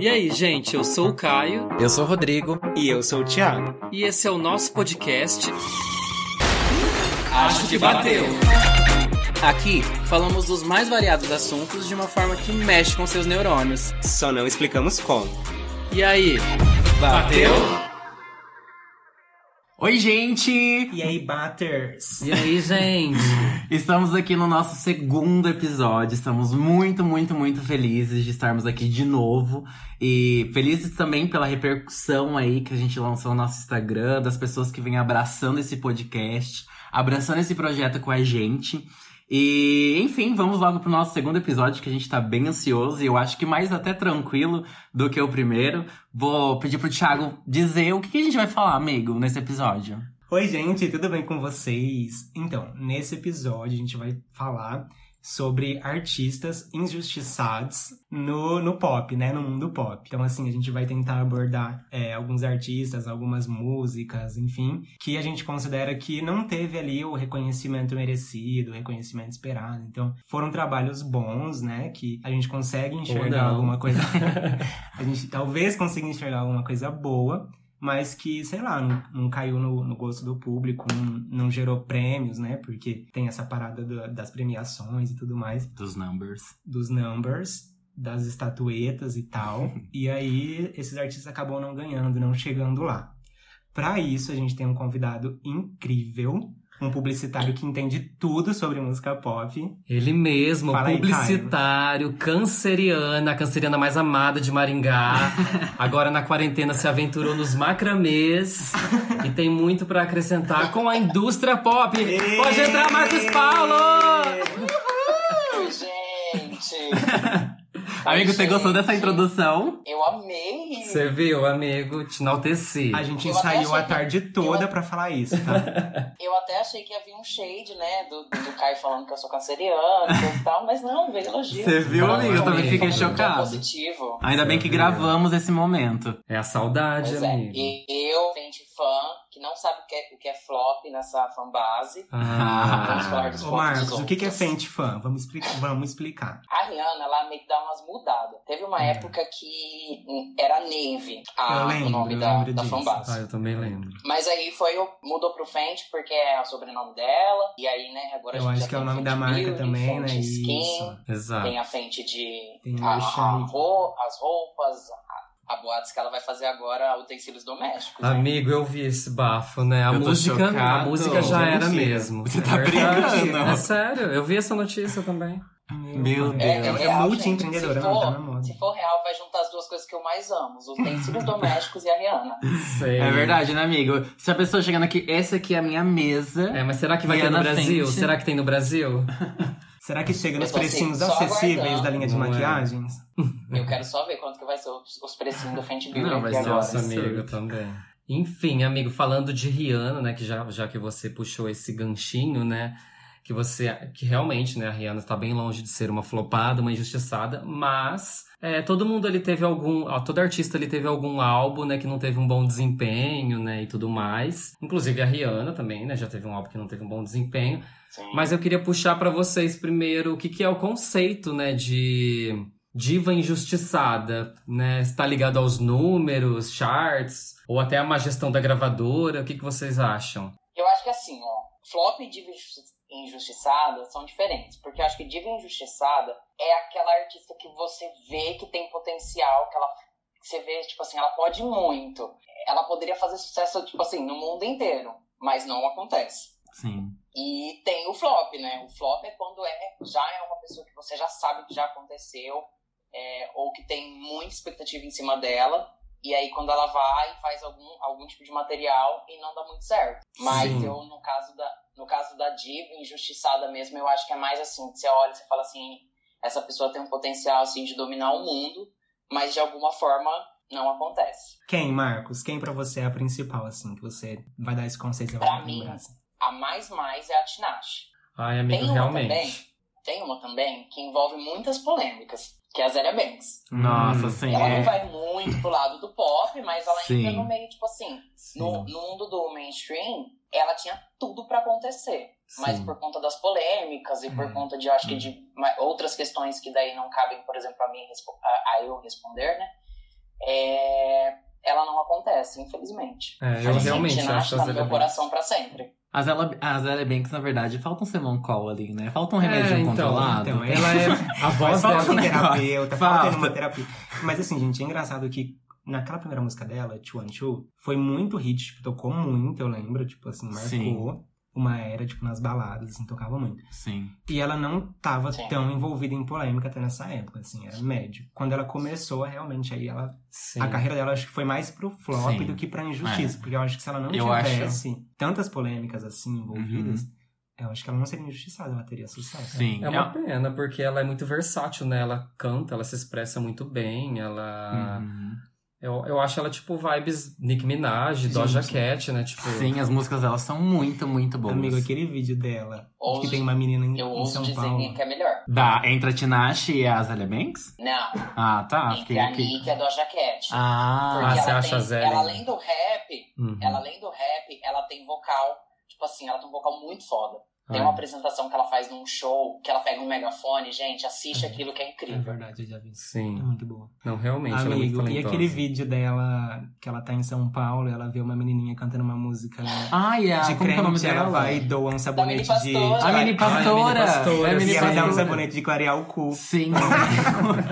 E aí, gente, eu sou o Caio Eu sou o Rodrigo. E eu sou o Thiago. e esse é o nosso podcast. Acho que bateu! Aqui falamos dos mais variados assuntos de uma forma que mexe com seus neurônios. Só não explicamos como. E aí, bateu? Oi, gente! E aí, Batters? E aí, gente? Estamos aqui no nosso segundo episódio. Estamos muito, muito, muito felizes de estarmos aqui de novo. E felizes também pela repercussão aí que a gente lançou no nosso Instagram, das pessoas que vêm abraçando esse podcast, abraçando esse projeto com a gente. E, enfim, vamos logo pro nosso segundo episódio, que a gente tá bem ansioso e eu acho que mais até tranquilo do que o primeiro. Vou pedir pro Thiago dizer o que que a gente vai falar, amigo, nesse episódio. Oi, gente, tudo bem com vocês? Então, nesse episódio a gente vai falar sobre artistas injustiçados no, no pop, né? No mundo pop. Então, assim, a gente vai tentar abordar é, alguns artistas, algumas músicas, enfim, que a gente considera que não teve ali o reconhecimento merecido, o reconhecimento esperado. Então, foram trabalhos bons, né? Que a gente consegue enxergar não. alguma coisa. a gente talvez consiga enxergar alguma coisa boa mas que, sei lá, não, não caiu no, no gosto do público, não, não gerou prêmios, né? Porque tem essa parada da- das premiações e tudo mais, Dos numbers. dos numbers, das estatuetas e tal. e aí esses artistas acabam não ganhando, não chegando lá. Pra isso, a gente tem um convidado incrível, um publicitário que entende tudo sobre música pop. Ele mesmo, Fala aí, publicitário, canceriana, a canceriana mais amada de Maringá. Agora na quarentena se aventurou nos macramês e tem muito pra acrescentar com a indústria pop. Pode entrar, Marcos Paulo! Oi, gente! Amigo, você Gente. gostou dessa introdução? Eu amei! Você viu, amigo? Te enalteci. A gente Eu até ensaiou achei a que- tarde toda pra falar isso, tá? Eu até achei que havia um shade, né? Do, do Caio falando que eu sou canceriano e coisa e tal, mas não, veio elogio. Você viu, Não, amigo? Eu também amigo, fiquei não. Tão chocado. positivo. Ainda bem que gravamos esse momento. É a saudade, Pois é. amigo. E eu, gente fã, que não sabe o que é, o que é flop nessa fanbase. Ah, Vamos falar dos Ô, flops dos Marcos, o que que é outros. sente fã? Vamos, explica- vamos explicar. A Rihanna, ela meio que dá umas mudadas. Teve uma época que hum, era Neve, a, Eu lembro, o nome eu da, lembro da disso. fanbase. Ah, eu também lembro. Mas aí foi, mudou pro Fenty porque é o sobrenome dela. E aí, né, agora a Eu gente acho já que é tem o nome da Fenty marca Beauty, também, né? Fenty Skin, Isso. Ah. Exato. Tem a Fenty de... Tem a- o a Shine. ro- as roupas, a, a boates que ela vai fazer agora, utensílios domésticos. Ah, né? Amigo, eu vi esse bafo, né? A Eu tô música, a chocado. música já Mentira. era mesmo. Você É tá verdade. brincando. É sério, eu vi essa notícia também. Meu Deus. É, é, É, real, multi-empreendedora, gente. Se não tá for- na moda. Se for real, vai juntar as duas coisas que eu mais amo: os utensílios domésticos e a Rihanna. Sei. É verdade, né, amigo? Se a pessoa chegando aqui, essa aqui é a minha mesa. É, mas será que vai ter Rihanna no Brasil? Fenty. Será que tem no Brasil? Será que chega nos Eu tô assim, precinhos só acessíveis aguardando. da linha de Não é. maquiagens? Eu quero só ver quanto que vai ser os, os precinhos do Fenty Beauty Não, vai aqui ser agora. Nossa, amigo, também. Enfim, amigo, falando de Rihanna, né, que já, já que você puxou esse ganchinho, né, que você, que realmente, né, a Rihanna está bem longe de ser uma flopada, uma injustiçada, mas é, todo mundo ali teve algum, ó, todo artista ali teve algum álbum, né, que não teve um bom desempenho, né, e tudo mais. Inclusive a Rihanna também, né, já teve um álbum que não teve um bom desempenho. Sim. Mas eu queria puxar pra vocês primeiro o que, que é o conceito, né, de diva injustiçada, né? Está ligado aos números, charts ou até a má gestão da gravadora? O que, que vocês acham? Eu acho que assim, ó, flop e diva injusti- injustiçada são diferentes, porque eu acho que diva injustiçada é aquela artista que você vê que tem potencial, que ela que você vê, tipo assim, ela pode muito. Ela poderia fazer sucesso, tipo assim, no mundo inteiro, mas não acontece. Sim. E tem o flop, né? O flop é quando é já é uma pessoa que você já sabe que já aconteceu, é, ou que tem muita expectativa em cima dela, e aí quando ela vai e faz algum, algum tipo de material e não dá muito certo. Mas Sim. eu, no caso da no caso da diva injustiçada mesmo, eu acho que é mais assim, que você olha e você fala assim, essa pessoa tem um potencial assim de dominar o mundo, mas de alguma forma não acontece. Quem, Marcos? Quem pra você é a principal, assim, que você vai dar esse conceito? você Pra vai mim. lembrar, assim? A mais mais é a Tinashe. Ai, amigo, Tem uma realmente. também. Tem uma também que envolve muitas polêmicas, que é a Zélia Banks. Nossa, Hum. sim. Ela não É. vai muito pro lado do pop, mas ela Sim. entra no meio, tipo assim, No, no mundo do mainstream, ela tinha tudo pra acontecer. Mas Sim. por conta das polêmicas e por É. conta de, eu acho que de ma- outras questões que daí não cabem, por exemplo, a mim respo- a, a eu responder, né? É, ela não acontece, infelizmente. É, eu Mas, gente, realmente Nath acho tá as no meu elementos. coração pra sempre. As Ella, as Ella Banks, na verdade, falta um semon-call ali, né? Falta um É, remédio então, controlado. então, é- Ela é a Mas voz falta um dela. terapeuta, Falta. falta uma terapia. Mas assim, gente, é engraçado que naquela primeira música dela, Two and Two, foi muito hit, tipo, tocou muito, eu lembro, tipo assim, marcou Sim. uma era, tipo, nas baladas, assim, tocava muito. Sim. E ela não tava Sim. tão envolvida em polêmica até nessa época, assim, era médio. Quando ela começou, realmente, aí ela. Sim. A carreira dela acho que foi mais pro flop Sim. É. do que pra injustiça. Porque eu acho que se ela não Eu acho- Uhum. tivesse tantas polêmicas assim envolvidas, eu acho que ela não seria injustiçada, ela teria sucesso. Sim. um- É uma pena, porque ela é muito versátil, né? Ela canta, ela se expressa muito bem, ela... Uhum. Eu, eu acho ela, tipo, vibes Nicki Minaj, Doja sim. Cat, né? Tipo, Sim, as músicas delas são muito, muito boas. Amigo, aquele vídeo dela, Ouso- que tem uma menina em, Eu em ouso São dizer Paulo. que é melhor. Da, entre a Tinashe e a Azalea Banks? Não, Ah, tá. entre Fiquei a aqui. Nick e a Doja Cat. Ah, Ah, Porque você ela acha tem- a Zélia? Ela além do rap, uhum. ela além do rap, ela tem vocal. Tipo assim, ela tem um vocal muito foda. Tem uma Ah, apresentação que ela faz num show, que ela pega um megafone, gente, assiste aquilo que é É incrível. verdade, eu já vi isso. É Sim. muito boa. Não, realmente, ela é muito Amigo, e talentosa. aquele vídeo dela, que ela tá em São Paulo, ela vê uma menininha cantando uma música né? Ai, a, de como que é o nome crente, ela dela? vai e doa um sabonete Mini de... Pastora. A Mini Pastora. Ai, a Mini Pastora, É a Mini E ela dá um Pastora. sabonete de clarear o cu. Sim.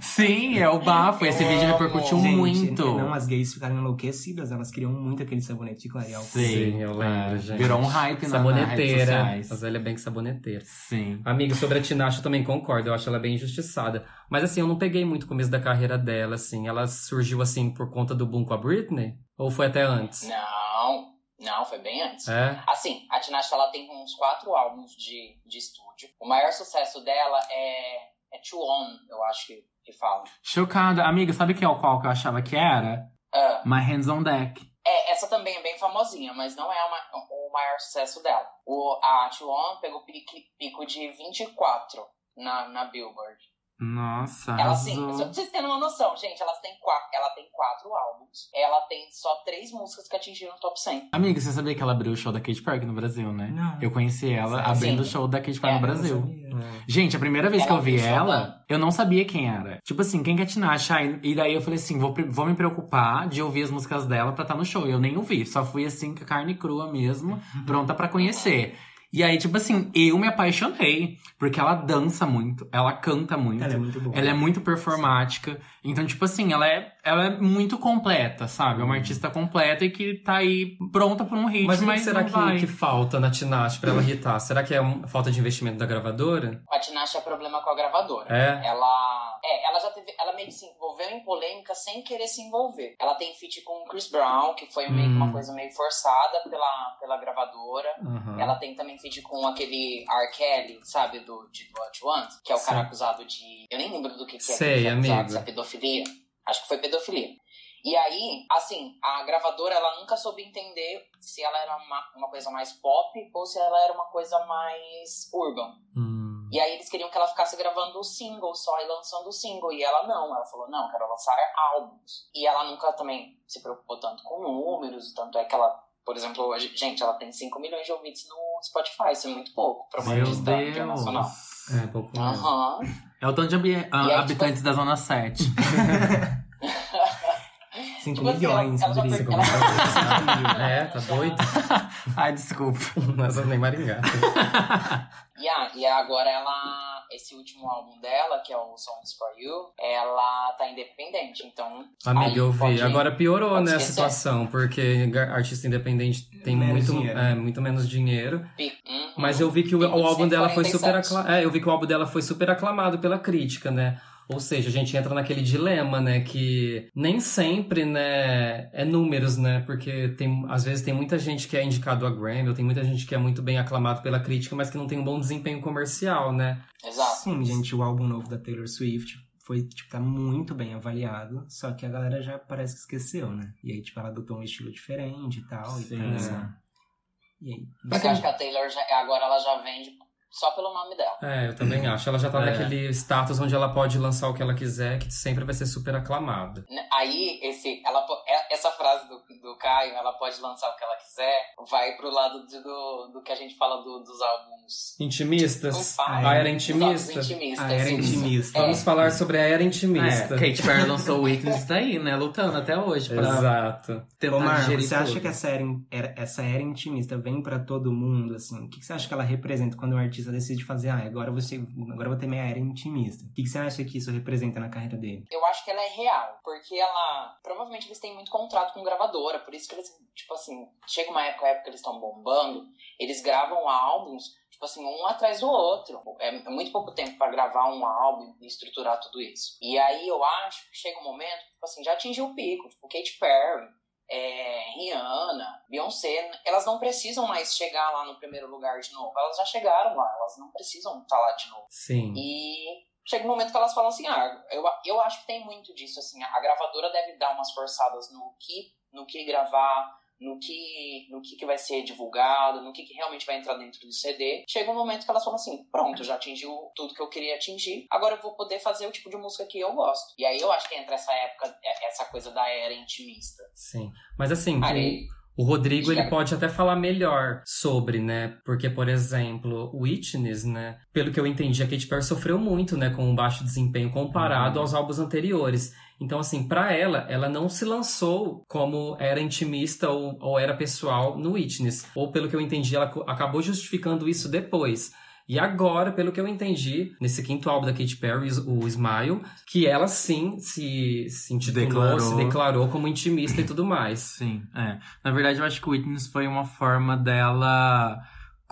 Sim, é o bafo. Esse Eu vídeo amo. repercutiu Gente, é, muito. Não, as gays ficaram enlouquecidas, elas queriam muito aquele sabonete de clarear o cu. Sim, Sim, eu lembro, é, gente. Virou um hype na, nas redes Saboneteira. A sociais. Zélia Banks saboneteira. Sim. Amigo, sobre a Tinashe eu também concordo, eu acho ela bem injustiçada. Mas assim, eu não peguei muito o começo da carreira dela, assim. Ela surgiu assim por conta do boom com a Britney? Ou foi até antes? Não, não, foi bem antes. É? Assim, a Tinashe, ela tem uns quatro álbuns de, de estúdio. O maior sucesso dela é, é To On, eu acho que, que fala. Chocada. Amiga, sabe que é o qual que eu achava que era? Ah, My Hands on Deck. é, essa também é bem famosinha, mas não é uma- o maior sucesso dela. O, a To On pegou pique- pico de 24 na, na Billboard. Nossa, Ela sim, só arrasou. pra vocês terem uma noção, gente, elas têm quatro, ela tem quatro álbuns. Ela tem só três músicas que atingiram o top 100. Amiga, você sabia que ela abriu o show da Katy Perry no Brasil, né? Não. Eu conheci ela Sim. abrindo o show da Katy Perry no É, Brasil. Brasil. Gente, a primeira vez que eu Ela vi abriu o show ela, dela. eu não sabia quem era. Tipo assim, quem que é a Tinashe? Ai, E daí eu falei assim, vou, pre- vou me preocupar de ouvir as músicas dela pra estar no show. E Eu nem ouvi, só fui assim, com a carne crua mesmo, Uhum. pronta pra conhecer. E aí, tipo assim, eu me apaixonei. Porque ela dança muito, ela canta muito. Ela é muito boa. Ela é muito performática. Então, tipo assim, ela é, ela é muito completa, sabe? É uma artista completa e que tá aí pronta pra um hit, Uhum. Mas mas, o que será não vai. que, que falta na Tinashe pra ela irritar? Será que é um- falta de investimento da gravadora? A Tinashe é problema com a gravadora. É? Ela. É, ela já teve. Ela meio que se envolveu em polêmica sem querer se envolver. Ela tem feat com o Chris Brown, que foi meio que Hum. uma coisa meio forçada pela, pela gravadora. Aham. Ela tem também feat com aquele R. Kelly, sabe, do de What You Want, que é o cara acusado de. Eu nem lembro do que, que é. Sei, que é acusado, amigo. se é pedofilia. Acho que foi pedofilia. E aí, assim, a gravadora ela nunca soube entender se ela era uma, uma coisa mais pop ou se ela era uma coisa mais urban. Hum. E aí eles queriam que ela ficasse gravando o single só e lançando o single. E ela não, ela falou, não, quero lançar álbuns. E ela nunca também se preocupou tanto com números, tanto é que ela, por exemplo, hoje, gente, ela tem 5 milhões de ouvintes no Spotify, isso é muito pouco pra uma Meu artista internacional. Deus. É, pouco mais. Aham. É o tanto de ambi- aí, tipo, habitantes da Zona 7. 5 Tipo assim, milhões, ela- ela já Rodrigo. perdeu. É, tá doido? Ai, desculpa. Mas eu nem Maringá. E, a, e agora ela, esse último álbum dela, que é o Songs for You, ela tá independente, então. Amiga, aí eu vi. pode- Agora piorou, pode né, a esquecer. situação, porque ga- artista independente tem Menos muito, dinheiro. é, muito menos dinheiro. Uhum. Mas eu vi que o, o álbum dela foi super 147. aclamado. É, eu vi que o álbum dela foi super aclamado pela crítica, né? Ou seja, a gente entra naquele dilema, né? Que nem sempre, né, é números, né? Porque tem, às vezes tem muita gente que é indicado a Grammy, ou tem muita gente que é muito bem aclamado pela crítica, mas que não tem um bom desempenho comercial, né? Exato. é. Sim, gente, o álbum novo da Taylor Swift foi, tipo, tá muito bem avaliado, só que a galera já parece que esqueceu, né? E aí, tipo, ela adotou um estilo diferente e tal, e Sim. é. tal, assim. E aí, Porque eu acho que a Taylor já- agora ela já vende Só pelo nome dela. É, eu Uhum. também acho. Ela já tá É. naquele status onde ela pode lançar o que ela quiser, que sempre vai ser super aclamada. Né, Aí, esse, ela, po- é- essa frase do, do Caio, ela pode lançar o que ela quiser, vai pro lado de- do, do que a gente fala do- dos álbuns. Intimistas. Não fala. né, A era Dos álbuns intimista. intimistas. Ah, era é isso. intimista. Vamos falar sobre a era intimista. É, Kate Perry lançou o Weakness tá aí, né? Lutando até hoje pra Exato. tentar Ô, Marco, digerir você acha tudo. que essa era, era- essa era intimista vem pra todo mundo, assim? O que, que você acha que ela representa quando o artista decide fazer, ah, agora, você, agora eu vou ter minha era intimista? O que, que você acha que isso representa na carreira dele? Eu acho que ela é real, porque ela. Provavelmente eles têm muito contrato com gravadora, por isso que eles, tipo assim, chega uma época, época que eles estão bombando, eles gravam álbuns, tipo assim, um atrás do outro. É é muito pouco tempo pra gravar um álbum e estruturar tudo isso. E aí eu acho que chega um momento, tipo assim, já atingiu o pico, tipo, Katy Perry. é, Rihanna, Beyoncé, elas não precisam mais chegar lá no primeiro lugar de novo. Elas já chegaram lá, elas não precisam estar lá de novo. Sim. E chega um momento que elas falam assim, ah, eu, eu acho que tem muito disso, assim, a gravadora deve dar umas forçadas no que, no que gravar, no que, no que, que vai ser divulgado, no que, que realmente vai entrar dentro do CD. Chega um momento que elas falam assim, pronto, já atingiu tudo que eu queria atingir, agora eu vou poder fazer o tipo de música que eu gosto. E aí eu acho que entra essa época, é, essa coisa da era intimista. Sim. Mas assim, Aí, o Rodrigo ele Certo. pode até falar melhor sobre, né? Porque, por exemplo, o Witness, né? Pelo que eu entendi, a Katy Perry sofreu muito, né? Com o baixo desempenho comparado aos álbuns anteriores. Então, assim, pra ela, ela não se lançou como era intimista ou, ou era pessoal no Witness. Ou, pelo que eu entendi, ela co- acabou justificando isso depois. E agora, pelo que eu entendi, nesse quinto álbum da Katy Perry, o Smile, que ela sim se, se intitulou, Declarou. se declarou como intimista e tudo mais. Sim, é. Na verdade, eu acho que o Witness foi uma forma dela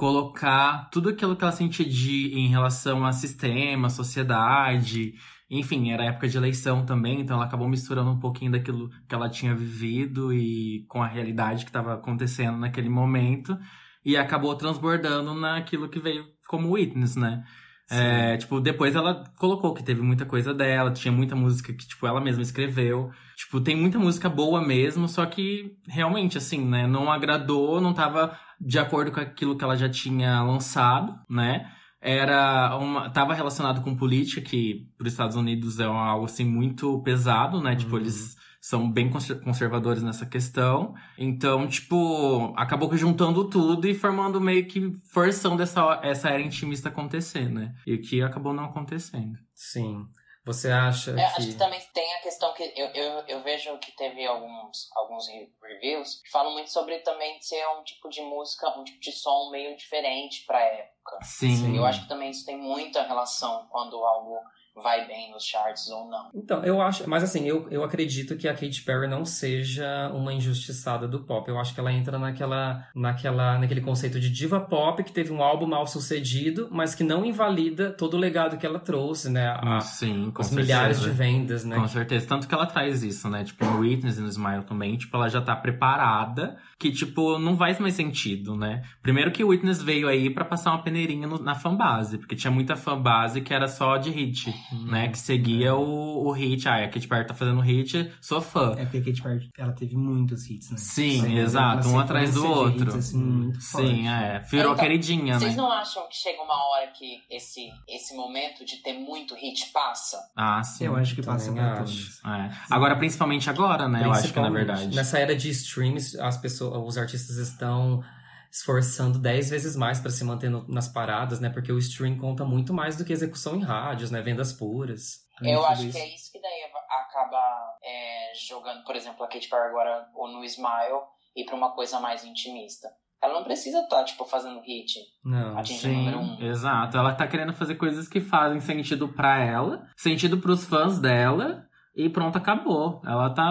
colocar tudo aquilo que ela sentia de, em relação a sistema, sociedade. Enfim, era época de eleição também, então ela acabou misturando um pouquinho daquilo que ela tinha vivido e com a realidade que estava acontecendo naquele momento. E acabou transbordando naquilo que veio como Witness, né? É, tipo, depois ela colocou que teve muita coisa dela, tinha muita música que, tipo, ela mesma escreveu. Tipo, tem muita música boa mesmo, só que realmente, assim, né, não agradou, não tava de acordo com aquilo que ela já tinha lançado, né? Era uma. Tava relacionado com política, que para os Estados Unidos é algo assim muito pesado, né? Tipo, Uhum. eles são bem conser- conservadores nessa questão. Então, tipo, acabou que juntando tudo e formando meio que forção dessa essa era intimista acontecer, né? E o que acabou não acontecendo. Sim. Você acha Então, É, que... acho que também tem a questão que eu, eu, eu vejo que teve alguns, alguns re- reviews que falam muito sobre também ser um tipo de música, um tipo de som meio diferente pra época. Sim. Eu acho que também isso tem muita relação quando algo vai bem nos charts ou não. Então, eu acho... Mas assim, eu, eu acredito que a Katy Perry não seja uma injustiçada do pop. Eu acho que ela entra naquela, naquela, naquele conceito de diva pop que teve um álbum mal sucedido, mas que não invalida todo o legado que ela trouxe, né? A- Sim, Ah, com os certeza. milhares de vendas, né? Com certeza. Tanto que ela traz isso, né? Tipo, no Witness e no Smile também, tipo, ela já tá preparada, que, tipo, não faz mais sentido, né? Primeiro que o Witness veio aí pra passar uma peneirinha no- na fanbase, porque tinha muita fanbase que era só de hit, né? Que seguia o, o hit. Ah, a Katy Perry tá fazendo hit, sou fã. É porque a Katy Perry, ela teve muitos hits, né? Sim, Ela teve exato, uma um atrás do sequência de outro. hits, assim, muito Sim, forte. é. Virou Então, queridinha, né? Vocês não acham que chega uma hora que esse, esse momento de ter muito hit passa? Ah, sim. Eu acho que passa também acho. pra todos. É. Agora, principalmente agora, né? Eu acho que, na Principalmente verdade. Nessa era de streams, as pessoas, os artistas estão esforçando 10 vezes mais pra se manter no- nas paradas, né? Porque o stream conta muito mais do que execução em rádios, né? Vendas puras. eu Tudo acho isso. que é isso que daí acaba é, jogando, por exemplo, a Katy Perry agora ou no Smile e pra uma coisa mais intimista. Ela não precisa estar, tipo, fazendo hit. Não. atingir o número Sim, um. exato. Ela tá querendo fazer coisas que fazem sentido pra ela, sentido pros fãs dela, e pronto, acabou. Ela tá,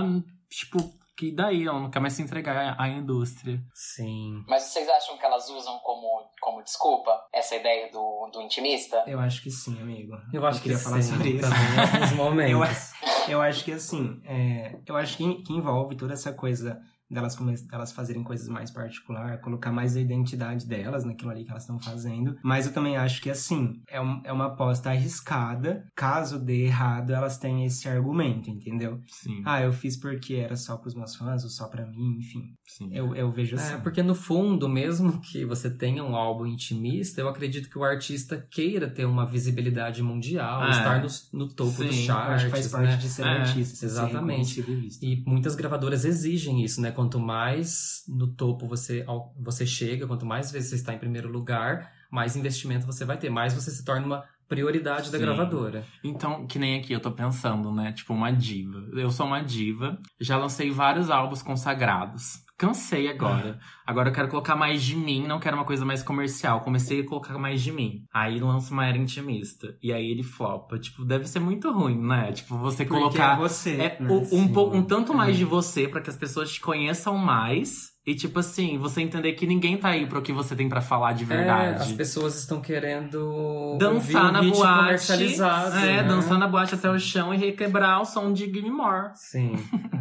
tipo, que daí? Ela não quer mais se entregar à indústria. Sim. Mas vocês acham que elas usam como, como desculpa essa ideia do, do intimista? Eu acho que sim, amigo. Eu acho queria que falar sim, sobre isso. também, em alguns momentos. Eu, eu acho que assim, é, eu acho que, que envolve toda essa coisa delas, come- delas fazerem coisas mais particular, colocar mais a identidade delas naquilo ali que elas estão fazendo. Mas eu também acho que, assim, é, um- é uma aposta arriscada. Caso dê errado, elas têm esse argumento, entendeu? Sim, Ah, eu fiz porque era só pros meus fãs ou só pra mim, enfim. sim. Eu, eu vejo assim. É, porque no fundo, mesmo que você tenha um álbum intimista, eu acredito que o artista queira ter uma visibilidade mundial, É. estar no, no topo Sim, dos eu Eu acho que faz charts, parte né? de ser É, artista. ser exatamente. reconhecido e visto. E muitas gravadoras exigem isso, né? Quanto mais no topo você, al- você chega, quanto mais vezes você está em primeiro lugar, mais investimento você vai ter, mais você se torna uma prioridade da Sim. gravadora. Então, que nem aqui, eu tô pensando, né? Tipo, uma diva. Eu sou uma diva, já lancei vários álbuns consagrados. Cansei agora. Agora eu quero colocar mais de mim, não quero uma coisa mais comercial. Comecei a colocar mais de mim. Aí lanço uma era intimista. E aí ele flopa. Tipo, deve ser muito ruim, né? Tipo, você Porque colocar é você. é, né? o- um, Sim. É. pou- um tanto mais de você pra que as pessoas te conheçam mais. E, tipo assim, você entender que ninguém tá aí pro que você tem pra falar de É, as verdade. pessoas estão querendo ouvir dançar um na hit boate. comercializado. É, né? dançar na boate até o chão e requebrar o som de Gimme More. Sim,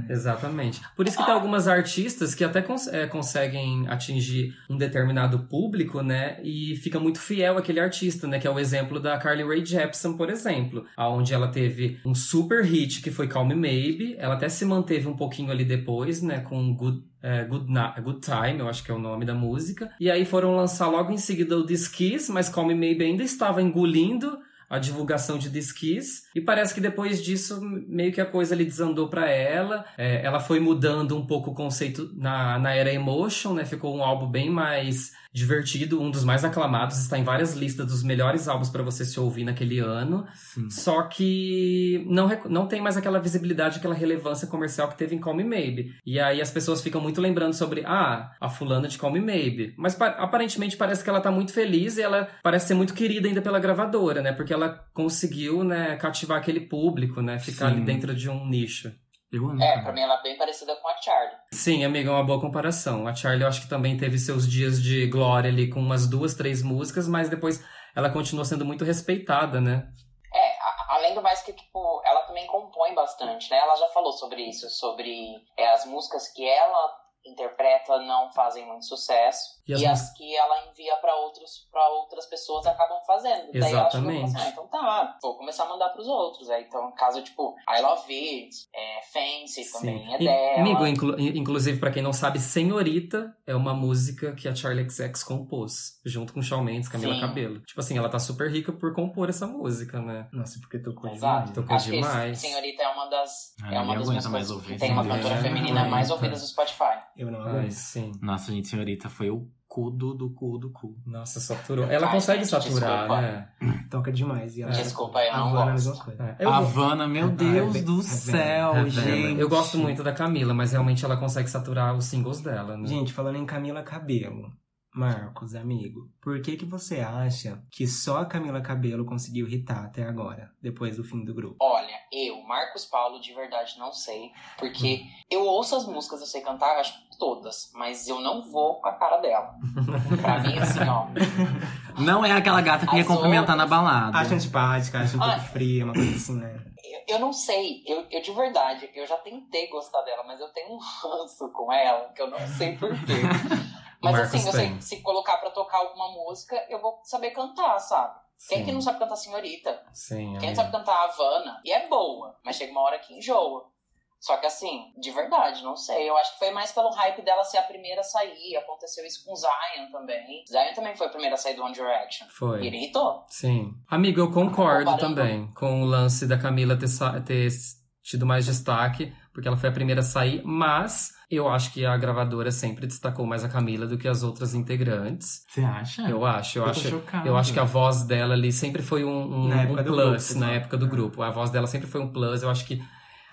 exatamente. Por isso que tem algumas artistas que até cons- eh, conseguem atingir um determinado público, né? E fica muito fiel àquele artista, né? Que é o exemplo da Carly Rae Jepsen, por exemplo. aonde ela teve um super hit que foi Calm Me Maybe. Ela até se manteve um pouquinho ali depois, né? Com Good... eh, Good, Na- Good Time, eu acho que é o nome da música. E aí foram lançar logo em seguida o This Kiss, mas Calm Me Maybe ainda estava engolindo a divulgação de disquis. E parece que depois disso, meio que a coisa ali desandou pra ela. É, ela foi mudando um pouco o conceito na, na era Emotion, né? Ficou um álbum bem mais divertido, um dos mais aclamados. Está em várias listas dos melhores álbuns pra você se ouvir naquele ano. Sim. Só que não, rec- não tem mais aquela visibilidade, aquela relevância comercial que teve em Call Me Maybe. E aí as pessoas ficam muito lembrando sobre, ah, a fulana de Call Me Maybe. Mas pa- aparentemente parece que ela tá muito feliz e ela parece ser muito querida ainda pela gravadora, né? Porque ela conseguiu, né, cativar aquele público, né? Ficar Sim. ali dentro de um nicho. Eu amo. É, Uhum. cara. pra mim ela é bem parecida com a Charlie. Sim, amiga, é uma boa comparação. A Charlie, eu acho que também teve seus dias de glória ali com umas duas, três músicas, mas depois ela continuou sendo muito respeitada, né? É, a- além do mais que, tipo, ela também compõe bastante, né? Ela já falou sobre isso, sobre é, as músicas que ela interpreta não fazem muito sucesso E e as as, que ela envia pra outros para outras pessoas acabam fazendo. Daí ela chegou e falou assim, Exatamente. ah, então tá, vou começar a mandar pros outros. Aí, então, caso, tipo, I Love It, é, Fancy também é E- dela. Amigo, inclu- inclusive, pra quem não sabe, Senhorita é uma música que a Charlie XX compôs, junto com Shawn Mendes, Camila Sim. Cabello. Tipo assim, ela tá super rica por compor essa música, né? Nossa, porque tocou demais. Exato. Tocou Acho que demais. Senhorita é uma das, Ah, é uma ninguém aguenta das tá músicas mais que ouvir tem uma Senhorita. cantora feminina mais Aguenta. ouvida do Spotify. Eu não Ai, aguento. sim. Nossa, gente, senhorita, foi o cu do, do cu do cu. tipo, Nossa, saturou. Ela Ai, consegue gente, saturar, desculpa. né? Toca demais. E ela Desculpa, eu a não Havana é a gosto. mesma coisa. É, eu- Havana, meu Deus é do bem- céu, é, Ah, gente. Eu gosto muito da Camila, mas realmente ela consegue saturar os singles dela, né? Gente, falando em Camila Cabelo, Marcos, amigo, por que que você acha que só a Camila Cabelo conseguiu irritar até agora, depois do fim do grupo? Olha, eu, Marcos Paulo, de verdade não sei, porque eu ouço as músicas, eu sei cantar, acho que todas, mas eu não vou com a cara dela. pra mim, assim, ó. Não é aquela gata que ia As cumprimentar na outras- balada. Acha antipática, acha um pouco Ah. fria, uma coisa assim, né? Eu, eu não sei, eu, eu de verdade, eu já tentei gostar dela, mas eu tenho um ranço com ela, que eu não sei porquê. Mas Marcos assim, eu sei, tem. que se colocar pra tocar alguma música, eu vou saber cantar, sabe? Quem é que não sabe cantar Senhorita? Hum. Sim, Quem é amiga. sabe cantar Havana e é boa, mas chega uma hora que enjoa. Só que assim, de verdade, não sei. Eu acho que foi mais pelo hype dela ser a primeira a sair. Aconteceu isso com Zion também. Zion também foi a primeira a sair do One Direction. E ele Foi. irritou. Sim. Amigo, eu concordo Comparando- também com o lance da Camila ter, sa- ter s- tido mais destaque, porque ela foi a primeira a sair, mas eu acho que a gravadora sempre destacou mais a Camila do que as outras integrantes. Você É. acha? Eu acho, eu tô acho. chocada. Eu acho que a voz dela ali sempre foi um, um- Na época um do plus grupo, na né? época do grupo. A voz dela sempre foi um plus. Eu acho que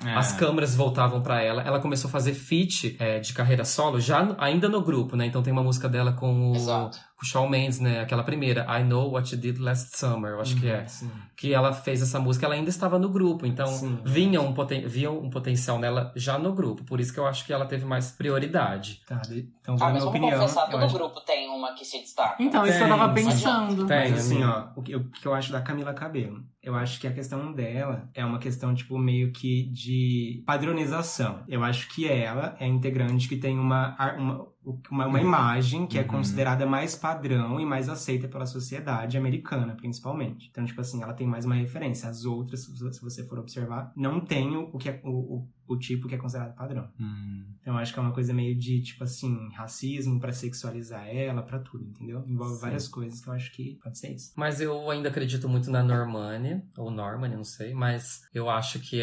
É. as câmeras voltavam pra ela. Ela começou é, a fazer feat eh, de carreira solo já no- ainda no grupo, né? Então tem uma música dela com o Exato. Ah, com o Shawn Mendes, né? Aquela primeira, I Know What You Did Last Summer, eu acho que é. Sim. Que ela fez essa música, ela ainda estava no grupo, então Sim. vinha um, poten vinha um potencial nela já no grupo, por isso que eu acho que ela teve mais prioridade. Tá, de- então vou Ah, dar mas minha vamos opinião. confessar, eu todo acho- grupo tem uma que se destaca. Então, isso eu Tem, tava mas- pensando. Tem, Mas né? assim, amigo. ó, o que, eu, o que eu acho da Camila Cabello? Eu acho que a questão dela é uma questão, tipo, meio que de padronização. Eu acho que ela é integrante que tem uma, ar- uma, uma, uma imagem que é Uhum. considerada mais padrão e mais aceita pela sociedade americana, principalmente. Então, tipo assim, ela tem mais uma referência. As outras, se você- se você for observar, não tem o, o que é, o, o, o tipo que é considerado padrão. Hum. Então, eu acho que é uma coisa meio de, tipo assim, racismo pra sexualizar ela, pra tudo, entendeu? Envolve Sim. várias coisas que eu acho que pode ser isso. Mas eu ainda acredito muito na Normani, ou Normani, não sei, mas eu acho que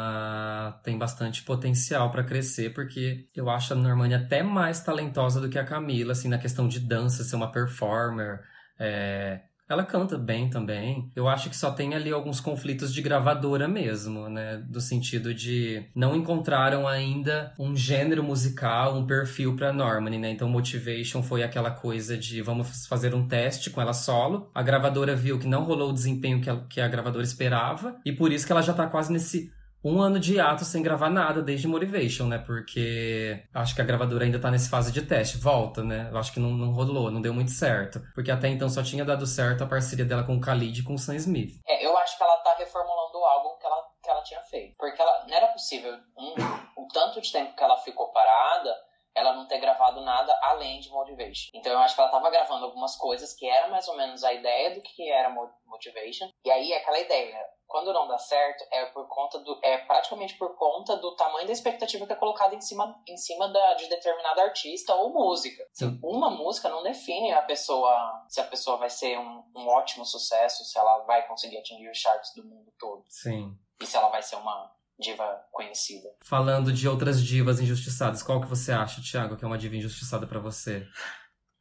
ela tem bastante potencial pra crescer, porque eu acho a Normani até mais talentosa do que a Camila, assim, na questão de dança, ser uma performer. é, Ela canta bem também. Eu acho que só tem ali alguns conflitos de gravadora mesmo, né? Do sentido de não encontraram ainda um gênero musical, um perfil pra Normani, né? Então Motivation foi aquela coisa de vamos fazer um teste com ela solo. A gravadora viu que não rolou o desempenho que a, que a gravadora esperava. E por isso que ela já tá quase nesse um ano de ato sem gravar nada desde Motivation, né? Porque acho que a gravadora ainda tá nesse fase de teste. Volta, né? Eu acho que não, não rolou, não deu muito certo. Porque até então só tinha dado certo a parceria dela com o Khalid e com o Sam Smith. É, eu acho que ela tá reformulando o álbum que ela, que ela tinha feito. Porque ela não era possível, um, o tanto de tempo que ela ficou parada, ela não ter gravado nada além de Motivation. Então eu acho que ela tava gravando algumas coisas que era mais ou menos a ideia do que era Mo- Motivation. E aí é aquela ideia. Quando não dá certo, é por conta do. é praticamente por conta do tamanho da expectativa que é colocada em cima, em cima da, de determinada artista ou música. Assim, Sim. uma música não define a pessoa se a pessoa vai ser um, um ótimo sucesso, se ela vai conseguir atingir os charts do mundo todo. Sim. E se ela vai ser uma diva conhecida. Falando de outras divas injustiçadas, qual que você acha, Thiago, que é uma diva injustiçada pra você?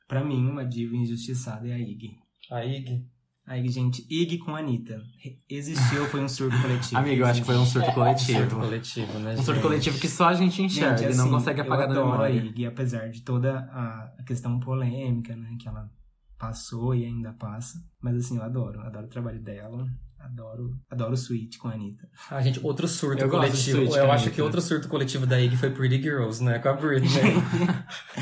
Pra mim, uma diva injustiçada é a Ig. A Ig. A Ig, gente, Ig com a Anitta. Existiu, foi um surto coletivo. Amigo, eu acho que foi um surto Surto coletivo. coletivo, né? Um surto gente? coletivo que só a gente enxerga Gente, e não assim, consegue apagar eu da adoro memória. A Ig, apesar de toda a, a questão polêmica, né, que ela passou e ainda passa. Mas assim, eu adoro. Adoro o trabalho dela. Adoro, adoro o Sweet com a Anitta. Ah, gente, outro surto Eu gosto de coletivo. suíte eu com a acho Ig, que né? outro surto coletivo da Ig foi Pretty Girls, né? Com a Britney.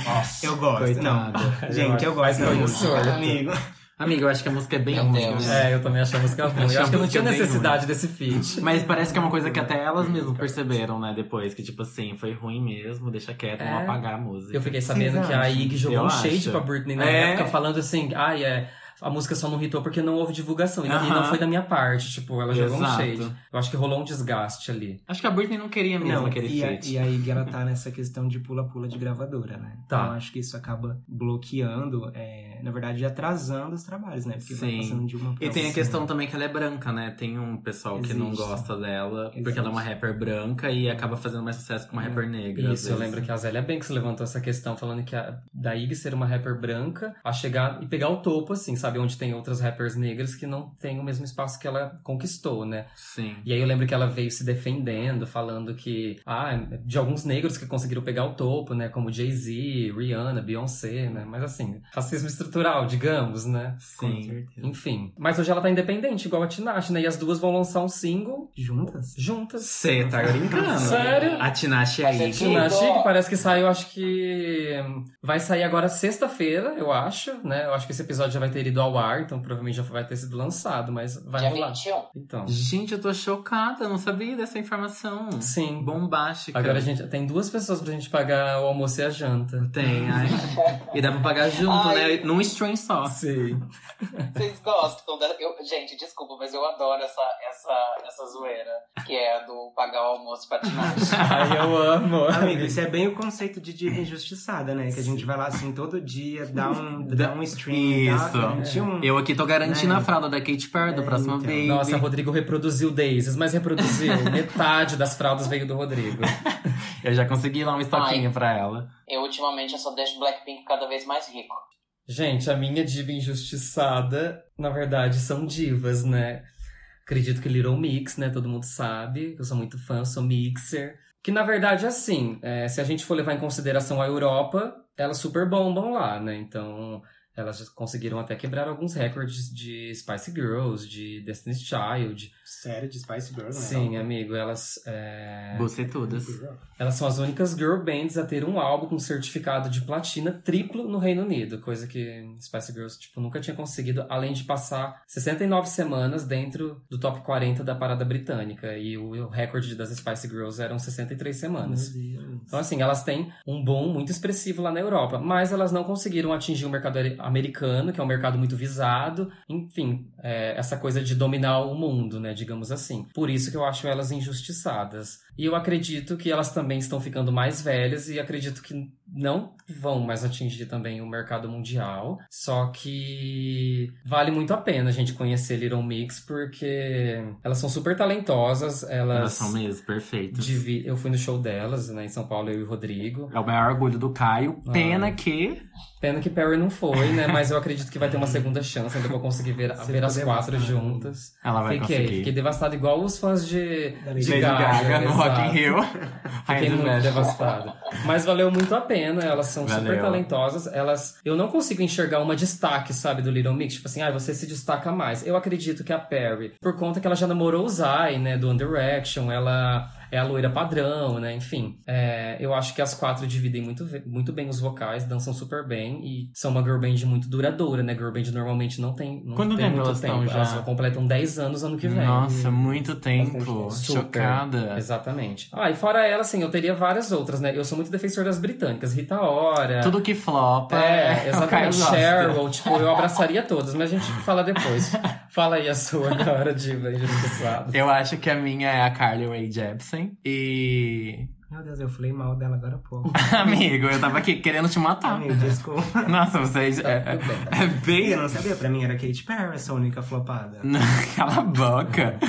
Nossa. Eu gosto. Coitada. Não, gente, eu gosto Mas da foi um surto. música. Amigo, Amiga, eu acho que a música é bem Meu ruim. Deus. né? é, eu também achei a música ruim. Achei Eu a acho que não música tinha bem necessidade desse feat. Mas parece que é uma coisa que até elas mesmas perceberam, né? Depois, que tipo assim, foi ruim mesmo, deixa quieto, É. vamos apagar a música. Eu fiquei sabendo Vocês que a acham? Ig jogou Eu um shade acho. pra Britney na É. época, falando assim, ah, é. A música só não hitou porque não houve divulgação. E não- e não Aham. foi da minha parte. Tipo, ela jogou um Exato. shade. Eu acho que rolou um desgaste ali. Acho que é a Britney não queria mesmo Não, aquele e a, feat. e a Iggy, ela tá nessa questão de pula-pula de gravadora, né? Tá. Então, eu acho que isso acaba bloqueando, é, na verdade, atrasando os trabalhos, né? Porque vai Sim. passando de uma pra E tem a outra. questão também que ela é branca, né? Tem um pessoal que não Existe. gosta dela, Existe. porque ela é uma rapper branca e acaba fazendo mais sucesso com uma É. rapper negra. às Isso, eu vezes. lembro que a Zélia Banks levantou essa questão, falando que a, da Ig ser uma rapper branca, a chegar e pegar o topo, assim, sabe? Onde tem outras rappers negras que não têm o mesmo espaço que ela conquistou, né? Sim. E aí eu lembro que ela veio se defendendo, falando que, ah, de alguns negros que conseguiram pegar o topo, né? Como Jay-Z, Rihanna, Beyoncé, né? Mas assim, racismo estrutural, digamos, né? Com Sim. certeza. Enfim. Mas hoje ela tá independente, igual a Tinashe, né? E as duas vão lançar um single Juntas? juntas. Você tá brincando? Sério? A Tinashe aí. Mas é Sim, Sim, na tô. Chique parece que saiu, acho que hum, vai sair agora sexta-feira, eu acho, né? Eu acho que esse episódio já vai ter ido ao ar, então provavelmente já vai ter sido lançado, mas vai Dia rolar. 21. Então, Gente, eu tô chocada, eu não sabia dessa informação. sim. Bombástica. Agora a gente tem duas pessoas pra gente pagar o almoço e a janta. Tem, ai. E dá pra pagar junto, Ai. né? Num stream só. Sim. Vocês gostam da. Eu, gente, desculpa, mas eu adoro essa, essa, essa zoeira. Que é a do pagar o almoço pra Tinashe. Ai, eu amo. Amigo, isso é bem o conceito de diva injustiçada, né? Que a gente vai lá assim todo dia, dá um, dá um stream, Isso. dá 21. Eu aqui tô garantindo Né? a fralda da Kate Perry do É, próximo então. baby. Nossa, o Rodrigo reproduziu Daisies, mas reproduziu. Metade das fraldas veio do Rodrigo. Eu já consegui lá um estoquinho pra ela. Eu ultimamente eu só deixo Blackpink cada vez mais rico. Gente, a minha diva injustiçada, na verdade, são divas, né? Acredito que Little Mix, né? Todo mundo sabe. Eu sou muito fã, eu sou mixer. Que na verdade, é, assim, é, se a gente for levar em consideração a Europa, elas super bombam lá, né? Então, Elas conseguiram até quebrar alguns recordes de Spice Girls, de Destiny's Child. Sério, de Spice Girl, né? Sim, amigo, elas. é, Você todas. Girl. Elas são as únicas girl bands a ter um álbum com certificado de platina triplo no Reino Unido, coisa que Spice Girls tipo, nunca tinha conseguido, além de passar 69 semanas dentro do top 40 da parada britânica. E o, o recorde das Spice Girls eram 63 semanas. Então, assim, elas têm um boom muito expressivo lá na Europa, mas elas não conseguiram atingir o mercado are- americano, que é um mercado muito visado. Enfim, é, essa coisa de dominar o mundo, né? Digamos assim. Por isso que eu acho elas injustiçadas. E eu acredito que elas também estão ficando mais velhas e acredito que não vão mais atingir também o mercado mundial. Só que vale muito a pena a gente conhecer Little Mix, porque elas são super talentosas, elas. Elas são mesmo, perfeito. divi- Eu fui no show delas, né, em São Paulo, eu e o Rodrigo. É o maior orgulho do Caio. Ah. Pena que Pena que Perry não foi, né? Mas eu acredito que vai ter uma segunda chance, ainda vou conseguir ver, Você ver as ficou quatro devastada. juntas. ela Ah, vai Fiquei, conseguir. fiquei devastado igual os fãs de, Da de Lady Gaga. Gaga, no exato. Rock in Rio. Fiquei muito devastada. Mas valeu muito a pena, elas são super Valeu. talentosas. Elas. Eu não consigo enxergar uma destaque, sabe, do Little Mix. Tipo assim, ah, você se destaca mais. Eu acredito que a Perry, por conta que ela já namorou o Zay, né, do Under Action, ela. É a loira padrão, né? Enfim, é, eu acho que as quatro dividem muito, ve- muito bem os vocais, dançam super bem e são uma girl band muito duradoura, né? Girl band normalmente não tem, não Quanto tem tempo muito elas tempo. estão já? Elas completam 10 anos ano que vem. Nossa, muito tempo. Super. Chocada. Exatamente. Ah, e fora ela, assim, eu teria várias outras, né? Eu sou muito defensor das britânicas, Rita Ora. Tudo que flopa. É, o Caio exatamente. gosta. Cheryl, tipo, eu abraçaria todas, mas a gente fala depois. fala aí a sua agora, Diva Injustiçada. Eu acho que a minha é a Carly Rae Jepsen. E. Meu Deus, eu falei mal dela agora há pouco. Amigo, eu tava aqui querendo te matar. Amigo, desculpa. Nossa, vocês. É, Tá Tudo bem. é Ih, bem. Eu não sabia, pra mim era Kate Perry essa única flopada. Cala a boca.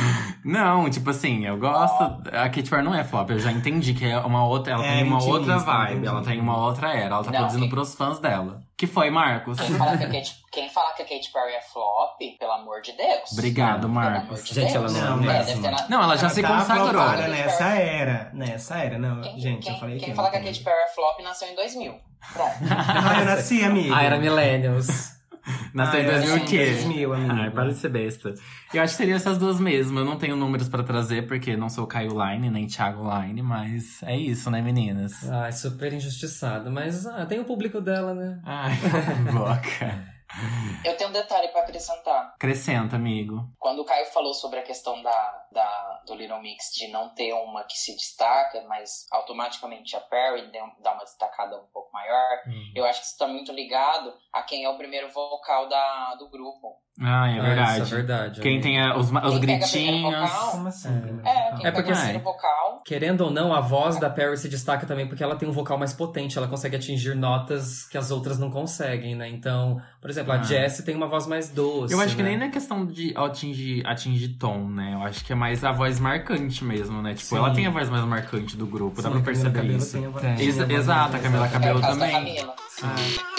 Não, tipo assim, eu gosto. A Katy Perry não é flop, eu já entendi que é uma outra. Ela É, tem uma intimista, outra vibe, entendi. ela tem uma outra era. Ela tá Não, produzindo quem- pros fãs dela. Que foi, Marcos? Quem fala, que a Kate, quem fala que a Katy Perry é flop, pelo amor de Deus. Obrigado, Pelo amor Marcos. de Gente, Deus. ela não é É, mesmo. deve ter na- Não, ela já se Tá consagrou. flopada nessa era. Nessa era, não. Quem, é gente, quem, eu falei quem que fala que a não Katy Perry é flop nasceu em 2000. Pronto. Ah, eu nasci, amigo. Ah, era Millennials. Nasceu em Ah, eu nasci 2000 o em quê? 2000, amigo. Ai, para de ser besta. Eu acho que seria essas duas mesmo. Eu não tenho números pra trazer, porque não sou Caio Line, nem Thiago Line, mas é isso, né, meninas? Ai, super injustiçada. Mas ah, tem o público dela, né? Ai, cala a boca. Eu tenho um detalhe pra acrescentar. Acrescenta, amigo. Quando o Caio falou sobre a questão da, da- do Little Mix de não ter uma que se destaca, mas automaticamente a Perry deu- dá uma destacada um pouco maior, eu acho que isso tá muito ligado a quem é o primeiro vocal da, do grupo. Ai, é Ah, verdade. isso é verdade. Quem amigo. tem a- os, ma- os Quem pega primeiro gritinhos. vocal? Como assim? É, quem É pega porque- o assim, primeiro vocal. Querendo ou não, a voz da Perry se destaca também porque ela tem um vocal mais potente, ela consegue atingir notas que as outras não conseguem, né? Então, por exemplo, a Ah. Jessie tem uma voz mais doce. Eu acho que né? nem na questão de atingir, atingir tom, né? Eu acho que é mais a voz marcante mesmo, né? Tipo, Sim. ela tem a voz mais marcante do grupo, dá pra perceber isso. Tem. Isso- exato, a Camila É Cabelo o caso da também. Camila. Ah.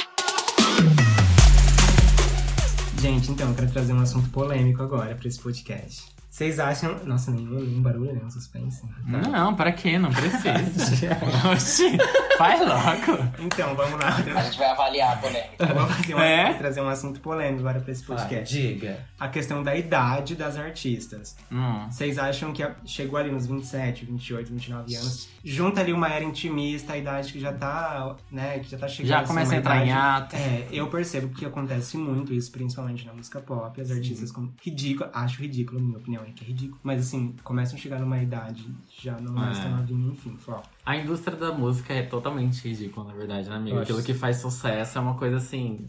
Gente, então, eu quero trazer um assunto polêmico agora pra esse podcast. Vocês acham. Nossa, nenhum, nenhum barulho, nenhum suspense. né? Não, pra quê? Não precisa. Oxi, vai logo. Então, vamos lá. A gente vai avaliar a polêmica. Eu vou fazer um- É? trazer um assunto polêmico agora pra esse Vai, podcast. diga. A questão da idade das artistas. Hum. Vocês acham que a- chegou ali nos 27, 28, 29 anos, junta ali uma era intimista, a idade que já tá, né, que já tá chegando. Já assim, começa uma a entrar em idade- ato. É, eu percebo que acontece muito isso, principalmente na música pop. As artistas, com... ridículo, acho ridículo, minha opinião é que é ridículo. Mas assim, começam a chegar numa idade, já não mais É. tão novinha, enfim, ó. A indústria da música é totalmente ridícula, na verdade, né, Eu amigo? acho Aquilo isso. que faz sucesso é uma coisa assim.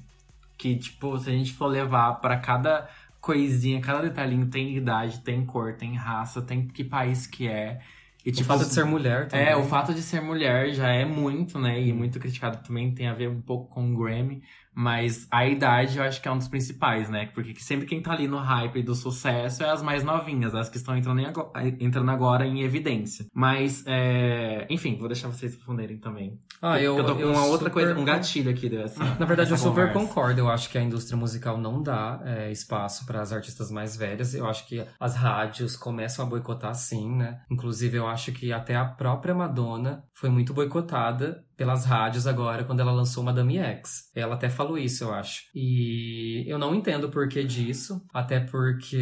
Que, tipo, se a gente for levar pra cada coisinha, cada detalhinho, tem idade, tem cor, tem raça, tem que país que é. E, o tipo, fato de ser mulher também. É, o fato de ser mulher já é muito, né? E muito criticado também tem a ver um pouco com o Grammy. Mas a idade eu acho que é um dos principais, né? Porque que sempre quem tá ali no hype do sucesso é as mais novinhas, as que estão entrando, em ago- entrando agora em evidência. Mas, é, enfim, vou deixar vocês responderem também. Ah, eu, Porque tô com eu uma outra super- coisa, um gatilho aqui dessa. Na verdade, eu dessa super conversa. concordo. Eu acho que a indústria musical não dá é, espaço para as artistas mais velhas. Eu acho que as rádios começam a boicotar sim, né? Inclusive, eu acho que até a própria Madonna foi muito boicotada pelas rádios agora quando ela lançou Madame X. Ela até falou isso, eu acho. E eu não entendo o porquê disso, até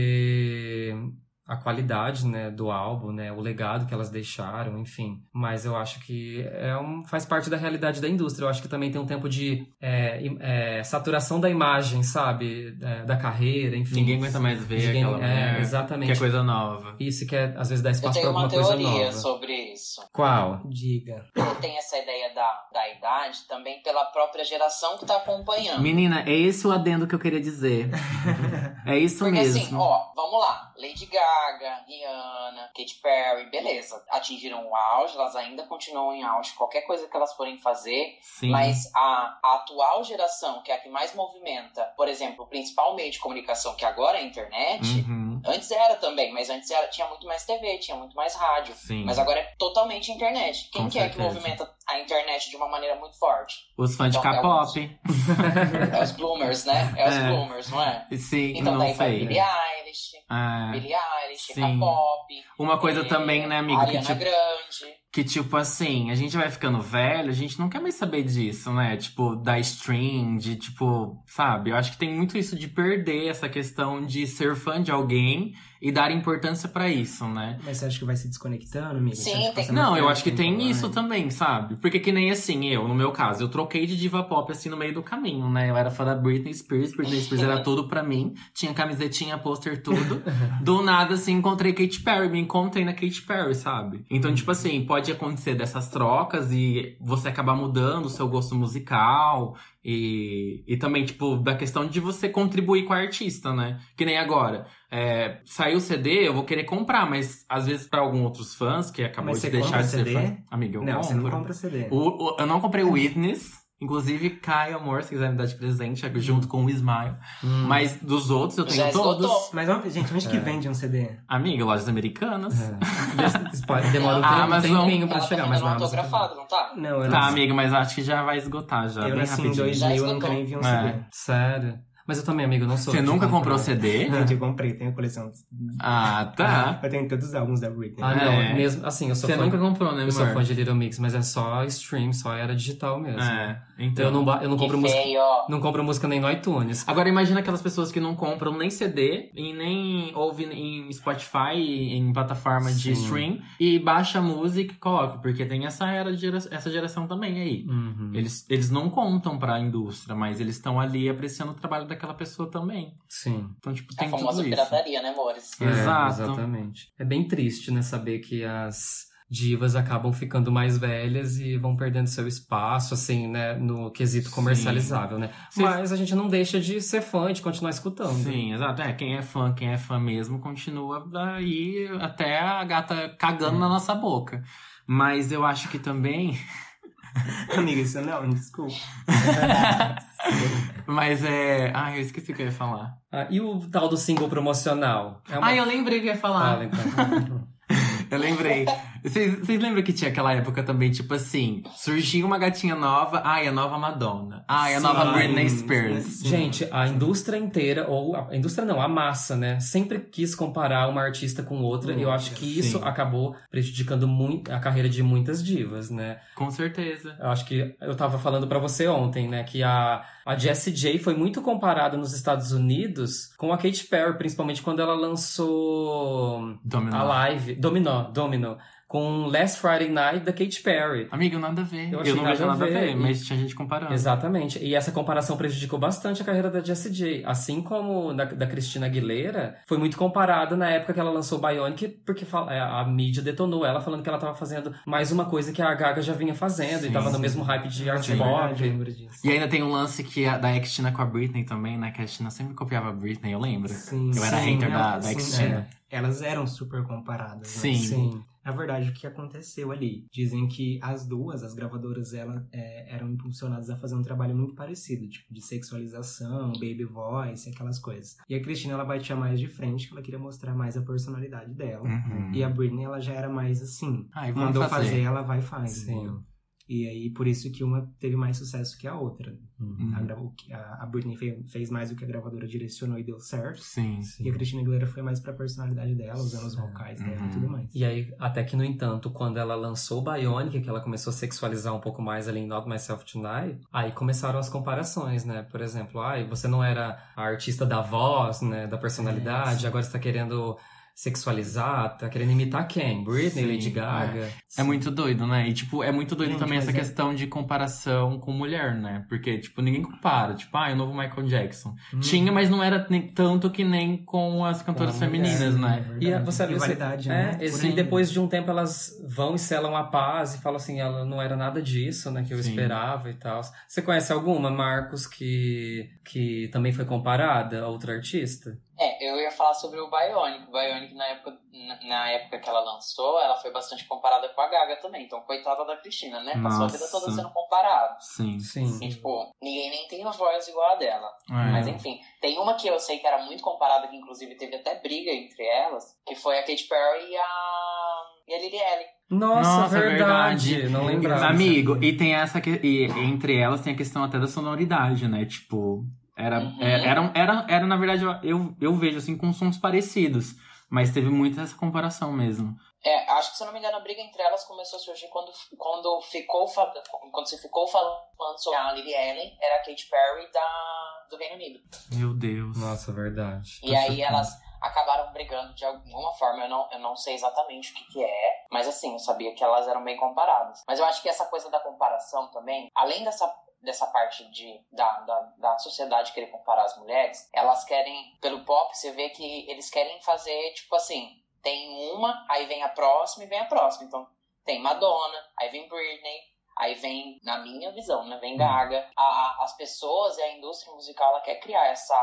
porque a qualidade, né, do álbum, né, o legado que elas deixaram, enfim. Mas eu acho que é um, faz parte da realidade da indústria. Eu acho que também tem um tempo de é, im- é, saturação da imagem, sabe, É, da carreira, enfim. Ninguém aguenta mais ver Ninguém- aquela é, mulher. exatamente. Que é coisa nova. Isso que é, às vezes dá Eu espaço pra tenho uma alguma coisa teoria nova. sobre isso. Qual? Diga. Eu tenho essa ideia da, da idade também pela própria geração que tá acompanhando. Menina, é esse o adendo que eu queria dizer. é isso Porque mesmo. assim, ó, vamos lá. Lady Gaga, Rihanna, Katy Perry, beleza. Atingiram o auge, elas ainda continuam em auge. Qualquer coisa que elas forem fazer. Sim. Mas a, a atual geração, que é a que mais movimenta, por exemplo, o principal meio de comunicação, que agora é a internet. Uhum. Antes era também, mas antes era, tinha muito mais TV, tinha muito mais rádio. Sim. Mas agora é totalmente internet. Quem Com que é que certeza. movimenta a internet de uma maneira muito forte? Os fãs de Então, K-pop. É os bloomers, né? É os É. bloomers, não é? Sim, Então não daí vai sei. Billie Eilish, Ah, Billie Eilish, Sim. K-pop. uma coisa eh, também, né, amigo? Que Ariana tipo, Grande. que tipo assim, a gente vai ficando velho, a gente não quer mais saber disso, né? Tipo, da stream, de tipo, sabe? Eu acho que tem muito isso de perder essa questão de ser fã de alguém e dar importância pra isso, né? Mas você acha que vai se desconectando, amiga? Você Sim, acha que tem- passa Não, muito eu tempo acho que sem tem falar? isso também, sabe? Porque que nem assim, eu, no meu caso, eu troquei de diva pop assim no meio do caminho, né? Eu era fã da Britney Spears, Britney Spears era tudo pra mim. Tinha camisetinha, pôster, tudo. Do nada, assim, encontrei Katy Perry, me encontrei na Katy Perry, sabe? Então, tipo assim, pode acontecer dessas trocas e você acabar mudando o seu gosto musical. E, e também, tipo, da questão de você contribuir com a artista, né? Que nem agora. É, saiu o CD, eu vou querer comprar, mas às vezes pra alguns outros fãs que acabou Mas de você deixar compra de ser CD? fã. Amiga, eu Não, compro. você não compra CD. O- o- eu não comprei o Witness. Inclusive, Caio Amor, se quiser me dar de presente, é junto com o Smile. Hum. Mas dos outros eu Já tenho todos. esgotou. Mas, ó, gente, onde É. que vende um CD? Amiga, lojas americanas. É. Pode- Demora um A tempo- um Amazon- tempinho pra Ela tá chegar, mas vendendo na Amazon tá. autografado, não tá? Não, eu Tá, nasci, amiga, mas acho que já vai esgotar já. eu bem nasci em rapidinho. 2000, eu Já nunca esgotou. nem vi um É. CD. Sério. Mas eu também, amigo, não sou. Você de nunca comprou comprar. CD? Gente, eu comprei, tenho coleção. Ah, tá. Eu tenho todos os álbuns da Britney. Ah, não. É. Mesmo, assim, eu sou Você fã. nunca comprou, né, amor? Eu sou fã de Little Mix, mas é só stream, só era digital mesmo. É, Então eu não, ba- eu não compro Que música. feio, ó. Não compro música nem no iTunes. Agora imagina aquelas pessoas que não compram nem CD e nem ouvem em Spotify, e em plataforma de Sim. stream, e baixa a música e coloca, porque tem essa era de gera- essa geração também aí. Uhum. Eles, eles não contam pra indústria, mas eles estão ali apreciando o trabalho daquela pessoa também. Sim. Então, tipo, A tem É famosa tudo isso. pirataria, né, amores? É, Exato. exatamente. É bem triste, né, saber que as divas acabam ficando mais velhas e vão perdendo seu espaço, assim, né, no quesito Sim. comercializável, né? Vocês- Mas a gente não deixa de ser fã, de continuar escutando. Sim, exato. É, quem é fã, quem é fã mesmo, continua aí até a gata cagando Uhum. na nossa boca. Mas eu acho que também Amiga, isso não, desculpa. Mas é. Ai, eu esqueci o que eu ia falar. Ah, e o tal do single promocional? É Ai, eu lembrei o que eu ia falar. fala, então. Eu lembrei. Vocês vocês lembram que tinha aquela época também, tipo assim, surgiu uma gatinha nova, ai, a nova Madonna. Ai, a nova Sim, Britney Spears. Gente, a indústria inteira, ou a a indústria não, a massa, né? Sempre quis comparar uma artista com outra, e eu acho que isso Sim. acabou prejudicando muito a carreira de muitas divas, né? Com certeza. Eu acho que eu tava falando pra você ontem, né? Que a, a Jessie J foi muito comparada nos Estados Unidos com a Katy Perry, principalmente quando ela lançou Dominó. a live Domino, Domino, com Last Friday Night da Katy Perry. Amigo, nada a ver. Eu Eu, achei não nada vejo a nada a ver, ver, e- mas tinha gente comparando. Exatamente. E essa comparação prejudicou bastante a carreira da Jessie J. Assim como da, da Cristina Aguilera, foi muito comparada na época que ela lançou Bionic, porque fal- é, a mídia detonou ela falando que ela tava fazendo mais uma coisa que a Gaga já vinha fazendo e Sim, tava no sim. mesmo hype de art É pop. verdade, eu lembro disso. E ainda tem um lance que a, da Xtina com a Britney também, né? Que a Xtina sempre copiava a Britney, eu lembro. Sim, Eu era sim, hater não, da, da sim, Xtina. é. Elas eram super comparadas. né? Sim. Na verdade, o que aconteceu ali? Dizem que as duas, as gravadoras, elas é, eram impulsionadas a fazer um trabalho muito parecido, tipo de sexualização, baby voice, aquelas coisas. E a Cristina, ela batia mais de frente, que ela queria mostrar mais a personalidade dela. Uhum. E a Britney, ela já era mais assim. Ai, vamos Mandou fazer. fazer. ela vai e faz. Sim. entendeu? E aí, por isso que uma teve mais sucesso que a outra. Uhum. A, gra- o que- a, a Britney fe- fez mais do que a gravadora direcionou e deu certo. Sim. E a Christina Aguilera foi mais pra personalidade dela, usando os vocais dela Uhum. e tudo mais. E aí, até que, no entanto, quando ela lançou o Bionic, que ela começou a sexualizar um pouco mais ali em Not Myself Tonight, aí começaram as comparações, né? Por exemplo, ai, você não era a artista da voz, né? Da personalidade, agora você tá querendo sexualizar, tá querendo imitar quem? Britney, Sim, Lady Gaga? É muito doido, né? E, tipo, é muito doido Gente, também essa mas é- questão de comparação com mulher, né? Porque, tipo, ninguém compara. Tipo, ah, é o novo Michael Jackson. Hum. Tinha, mas não era nem, tanto que nem Uhum. com as cantoras Com a mulher, femininas, né? É E a- verdade. você- você- Rivalidade, É, né? e Sim. depois de um tempo elas vão e selam a paz e falam assim, ela não era nada disso, né, que eu Sim. esperava e tal. Você conhece alguma, Marcos, que, que também foi comparada a outra artista? É, eu ia falar sobre o Bionic. O Bionic, na época, na- na época que ela lançou, ela foi bastante comparada com a Gaga também. Então, coitada da Cristina, né? Passou a vida Nossa. toda sendo comparada. Sim. Uhum. E, tipo, ninguém nem tem uma voz igual a dela. É. Mas, enfim, tem uma que eu sei que era muito comparada, que inclusive teve até briga entre elas, que foi a Katy Perry e a, e a Lily Allen. Nossa, Nossa, verdade. verdade. Não lembrava. Amigo, e tem essa que, e entre elas tem a questão até da sonoridade, né? Tipo, era, Uhum. é- eram, era, era na verdade, eu, eu vejo assim com sons parecidos, mas teve muito essa comparação mesmo. É, acho que se eu não me engano, a briga entre elas começou a surgir quando, quando ficou fa- quando se ficou falando sobre a Lily Allen, era a Katy Perry da, do Reino Unido. Meu Deus. Tá Nossa, verdade. E aí elas acabaram brigando de alguma forma, eu não, eu não sei exatamente o que, que é, mas assim, eu sabia que elas eram bem comparadas. Mas eu acho que essa coisa da comparação também, além dessa dessa parte de, da, da, da sociedade querer comparar as mulheres, elas querem, pelo pop, você vê que eles querem fazer, tipo assim, tem uma, aí vem a próxima e vem a próxima. Então, tem Madonna, aí vem Britney, aí vem, na minha visão, né, Hum. vem Gaga. A- a- as pessoas e a indústria musical, ela quer criar essa,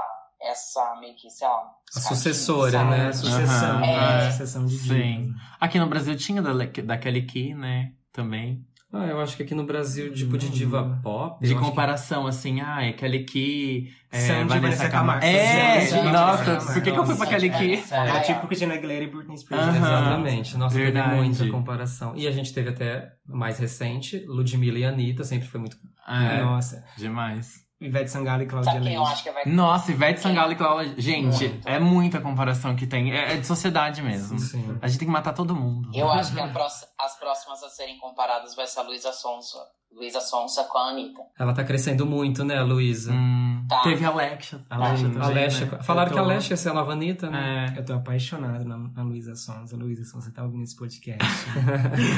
essa meio que, sei lá... A sucessora, sabe? né? A sucessão, Aham. né? É. A sucessão de Sim. divas. Aqui no Brasil tinha da, Le- da Kelly Key, né? Também. Ah, eu acho que aqui no Brasil, tipo, de Hum. diva pop. De eu acho que- comparação, assim, ah, é Kelly Key, é, Sandy, Vanessa Vanessa Camargo. Camargo. É, Sandy, Vanessa nossa, Camargo. por que, que eu fui pra Nossa, Kelly é, Key? Vanessa, Era ai, tipo ó. Christina Aguilera e Britney Spears. né? Aham. Exatamente. Nossa, Verdade. teve muita comparação. E a gente teve até mais recente, Ludmilla e Anitta, sempre foi muito. É, Nossa. demais. Ivete Sangalo e Cláudia Sabe quem eu Leite. acho que vai... Nossa, Ivete Sangalo e Cláudia. Gente, É. Muito. é muita comparação que tem. É, é de sociedade mesmo. Sim. A gente tem que matar todo mundo. Eu acho que a próxima- as próximas a serem comparadas vai ser a Luísa Sonsa. Luísa Sonsa com a Anitta. Ela tá crescendo muito, né, Luísa? Hum, Tá. Teve a Alexa. A Ai, Alexa também, a Lesha- né? Falaram Eu que a tô- Lesha ia ser a nova Anitta, né? É. Eu tô apaixonado na, na Luísa Sons. A Luísa Sons, você tá ouvindo esse podcast.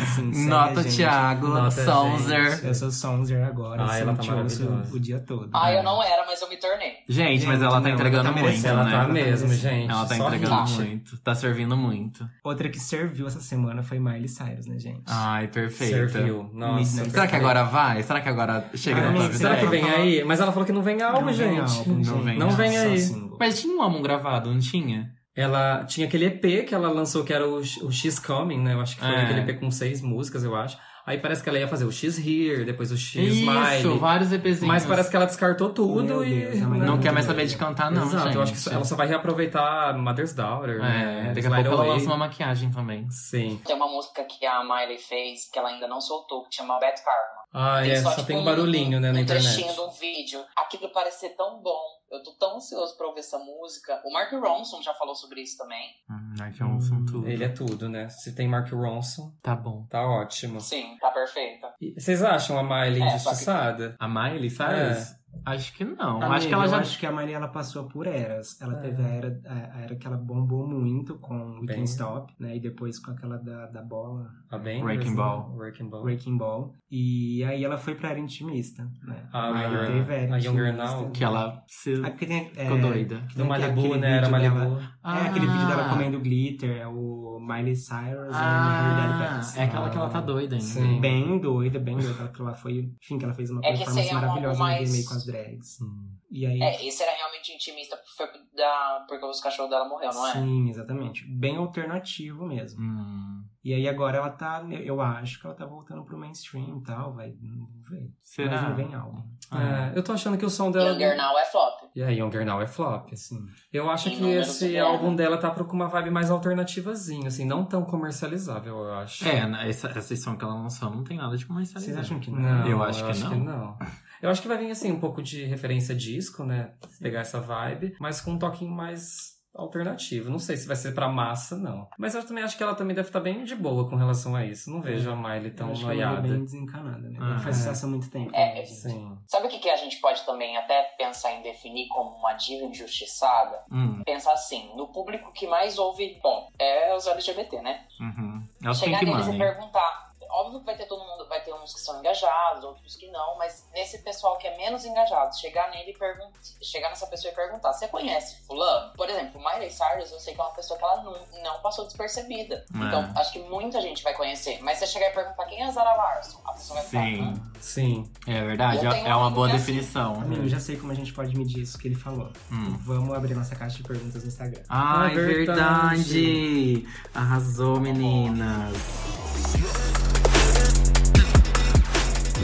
Assim, segue a Nota, gente. Thiago. Nota, Sonzer. Eu sou Sonzer agora. Ah, assim, ela tá te ouço maravilhosa. o dia todo. Ah, É. eu não era, mas eu me tornei. Gente, mas Gente, ela tá não, entregando ela tá muito, merecendo, Ela né? tá mesmo, Ela tá gente. Ela tá Só entregando hit. rindo. muito. Tá servindo muito. Outra que serviu essa semana foi Miley Cyrus, né, gente? Ai, perfeita. Serviu. Nossa. Midnight. Será que agora vai? Será que agora chega Ai, na tua amigo, vida? Será que É. vem aí? Mas ela falou que não vem álbum, Não vem gente. álbum, Não vem. Não vem Só aí. single. Mas tinha um álbum gravado, não tinha? Ela tinha aquele EP que ela lançou, que era o, X- o X Coming, né? Eu acho que foi É. aquele EP com seis músicas, eu acho. Aí parece que ela ia fazer o X Here, depois o X Isso, Smile. vários EPzinhos. Mas parece que ela descartou tudo Meu e. Deus, a mãe Não Não quer tem mais doido. saber de cantar, não, Exato, gente. eu acho que ela só vai reaproveitar Mother's Daughter, né? É, daqui a Slide pouco ela Away. lança uma maquiagem também. Sim. Tem uma música que a Miley fez que ela ainda não soltou, que chama Bad Karma. Ah, é, só, tem um barulhinho, né, na tipo, um internet. trechinho de um vídeo. Aquilo parece ser tão bom. Eu tô tão ansioso pra ouvir essa música. O Mark Ronson já falou sobre isso também. Hum, Ai, que eu ouço tudo. Ele é tudo, né? Se tem Mark Ronson, Tá bom. tá ótimo. Sim, tá perfeita. E vocês acham a Miley É, injustiçada? A Miley, Cyrus? É. Acho que não. Amiga, acho que ela eu já. acho que a Miley ela passou por eras. Ela É. teve a era, a, a era que ela bombou muito com We Bem. Can Stop, né? E depois com aquela da, da bola, Tá bem? Wrecking Ball. Wrecking Ball. Breaking Ball. E aí ela foi pra era intimista, né? Ah, Miley a- teve era a Younger intimista. Now. Que ela se Ah, porque tem, é, ficou doida. Do tem Malibu, aquele né? Era vídeo dela- Malibu. Ah. É, aquele vídeo dela comendo glitter, é o Miley Cyrus. né, Ah, e é aquela que ela tá doida ainda. Sim. Bem doida, bem doida. Que ela foi, enfim, que ela fez uma É que performance esse é um maravilhosa mais- no meio com as drags. Hum. E aí, É, esse era realmente intimista, foi da... porque os cachorros dela morreu, não é? Sim, exatamente. Bem alternativo mesmo. Hum, E aí agora ela tá, eu acho que ela tá voltando pro mainstream e tal, vai, não vou ver. Mas será? não vem álbum. Ah. É, eu tô achando que o som dela. Younger Now é flop. E aí, Younger Now é flop. Assim. Eu acho Em que números esse dela. álbum dela tá pro- com uma vibe mais alternativazinha, assim, não tão comercializável, eu acho. É, né, essa, essa edição que ela lançou não tem nada de Vocês comercializado. acham que não? Não, Eu acho que não. Eu acho que vai vir, assim, um pouco de referência a disco, né? Pegar essa vibe, mas com um toquinho mais alternativo. Não sei se vai ser pra massa, não. Mas eu também acho que ela também deve estar bem de boa com relação a isso. Não vejo a Miley Eu tão acho que ela é noiada. bem desencanada, né? Ah, Não faz é. sucesso há muito tempo. É, né, gente? Sim. Sabe o que, que a gente pode também até pensar em definir como uma diva injustiçada? Hum, Pensar assim, no público que mais ouve, bom, é os LGBT, né? uhum. É os Chegar Pink neles e Money. perguntar. Óbvio que vai ter todo mundo, vai ter uns que são engajados, outros que não, mas nesse pessoal que é menos engajado, chegar nele e perguntar, chegar nessa pessoa e perguntar, você conhece fulano? Por exemplo, Miley Cyrus, eu sei que é uma pessoa que ela não, não passou despercebida. É. Então, acho que muita gente vai conhecer. Mas você chegar e perguntar quem é a Zara Larson, a pessoa vai falar, Sim, "Hum, Sim. é verdade. É Eu tenho um assim. é uma boa uma definição. Amigo, eu já sei como a gente pode medir isso que ele falou. Hum. Vamos abrir nossa caixa de perguntas no Instagram. Ah, é É verdade. Arrasou, meninas.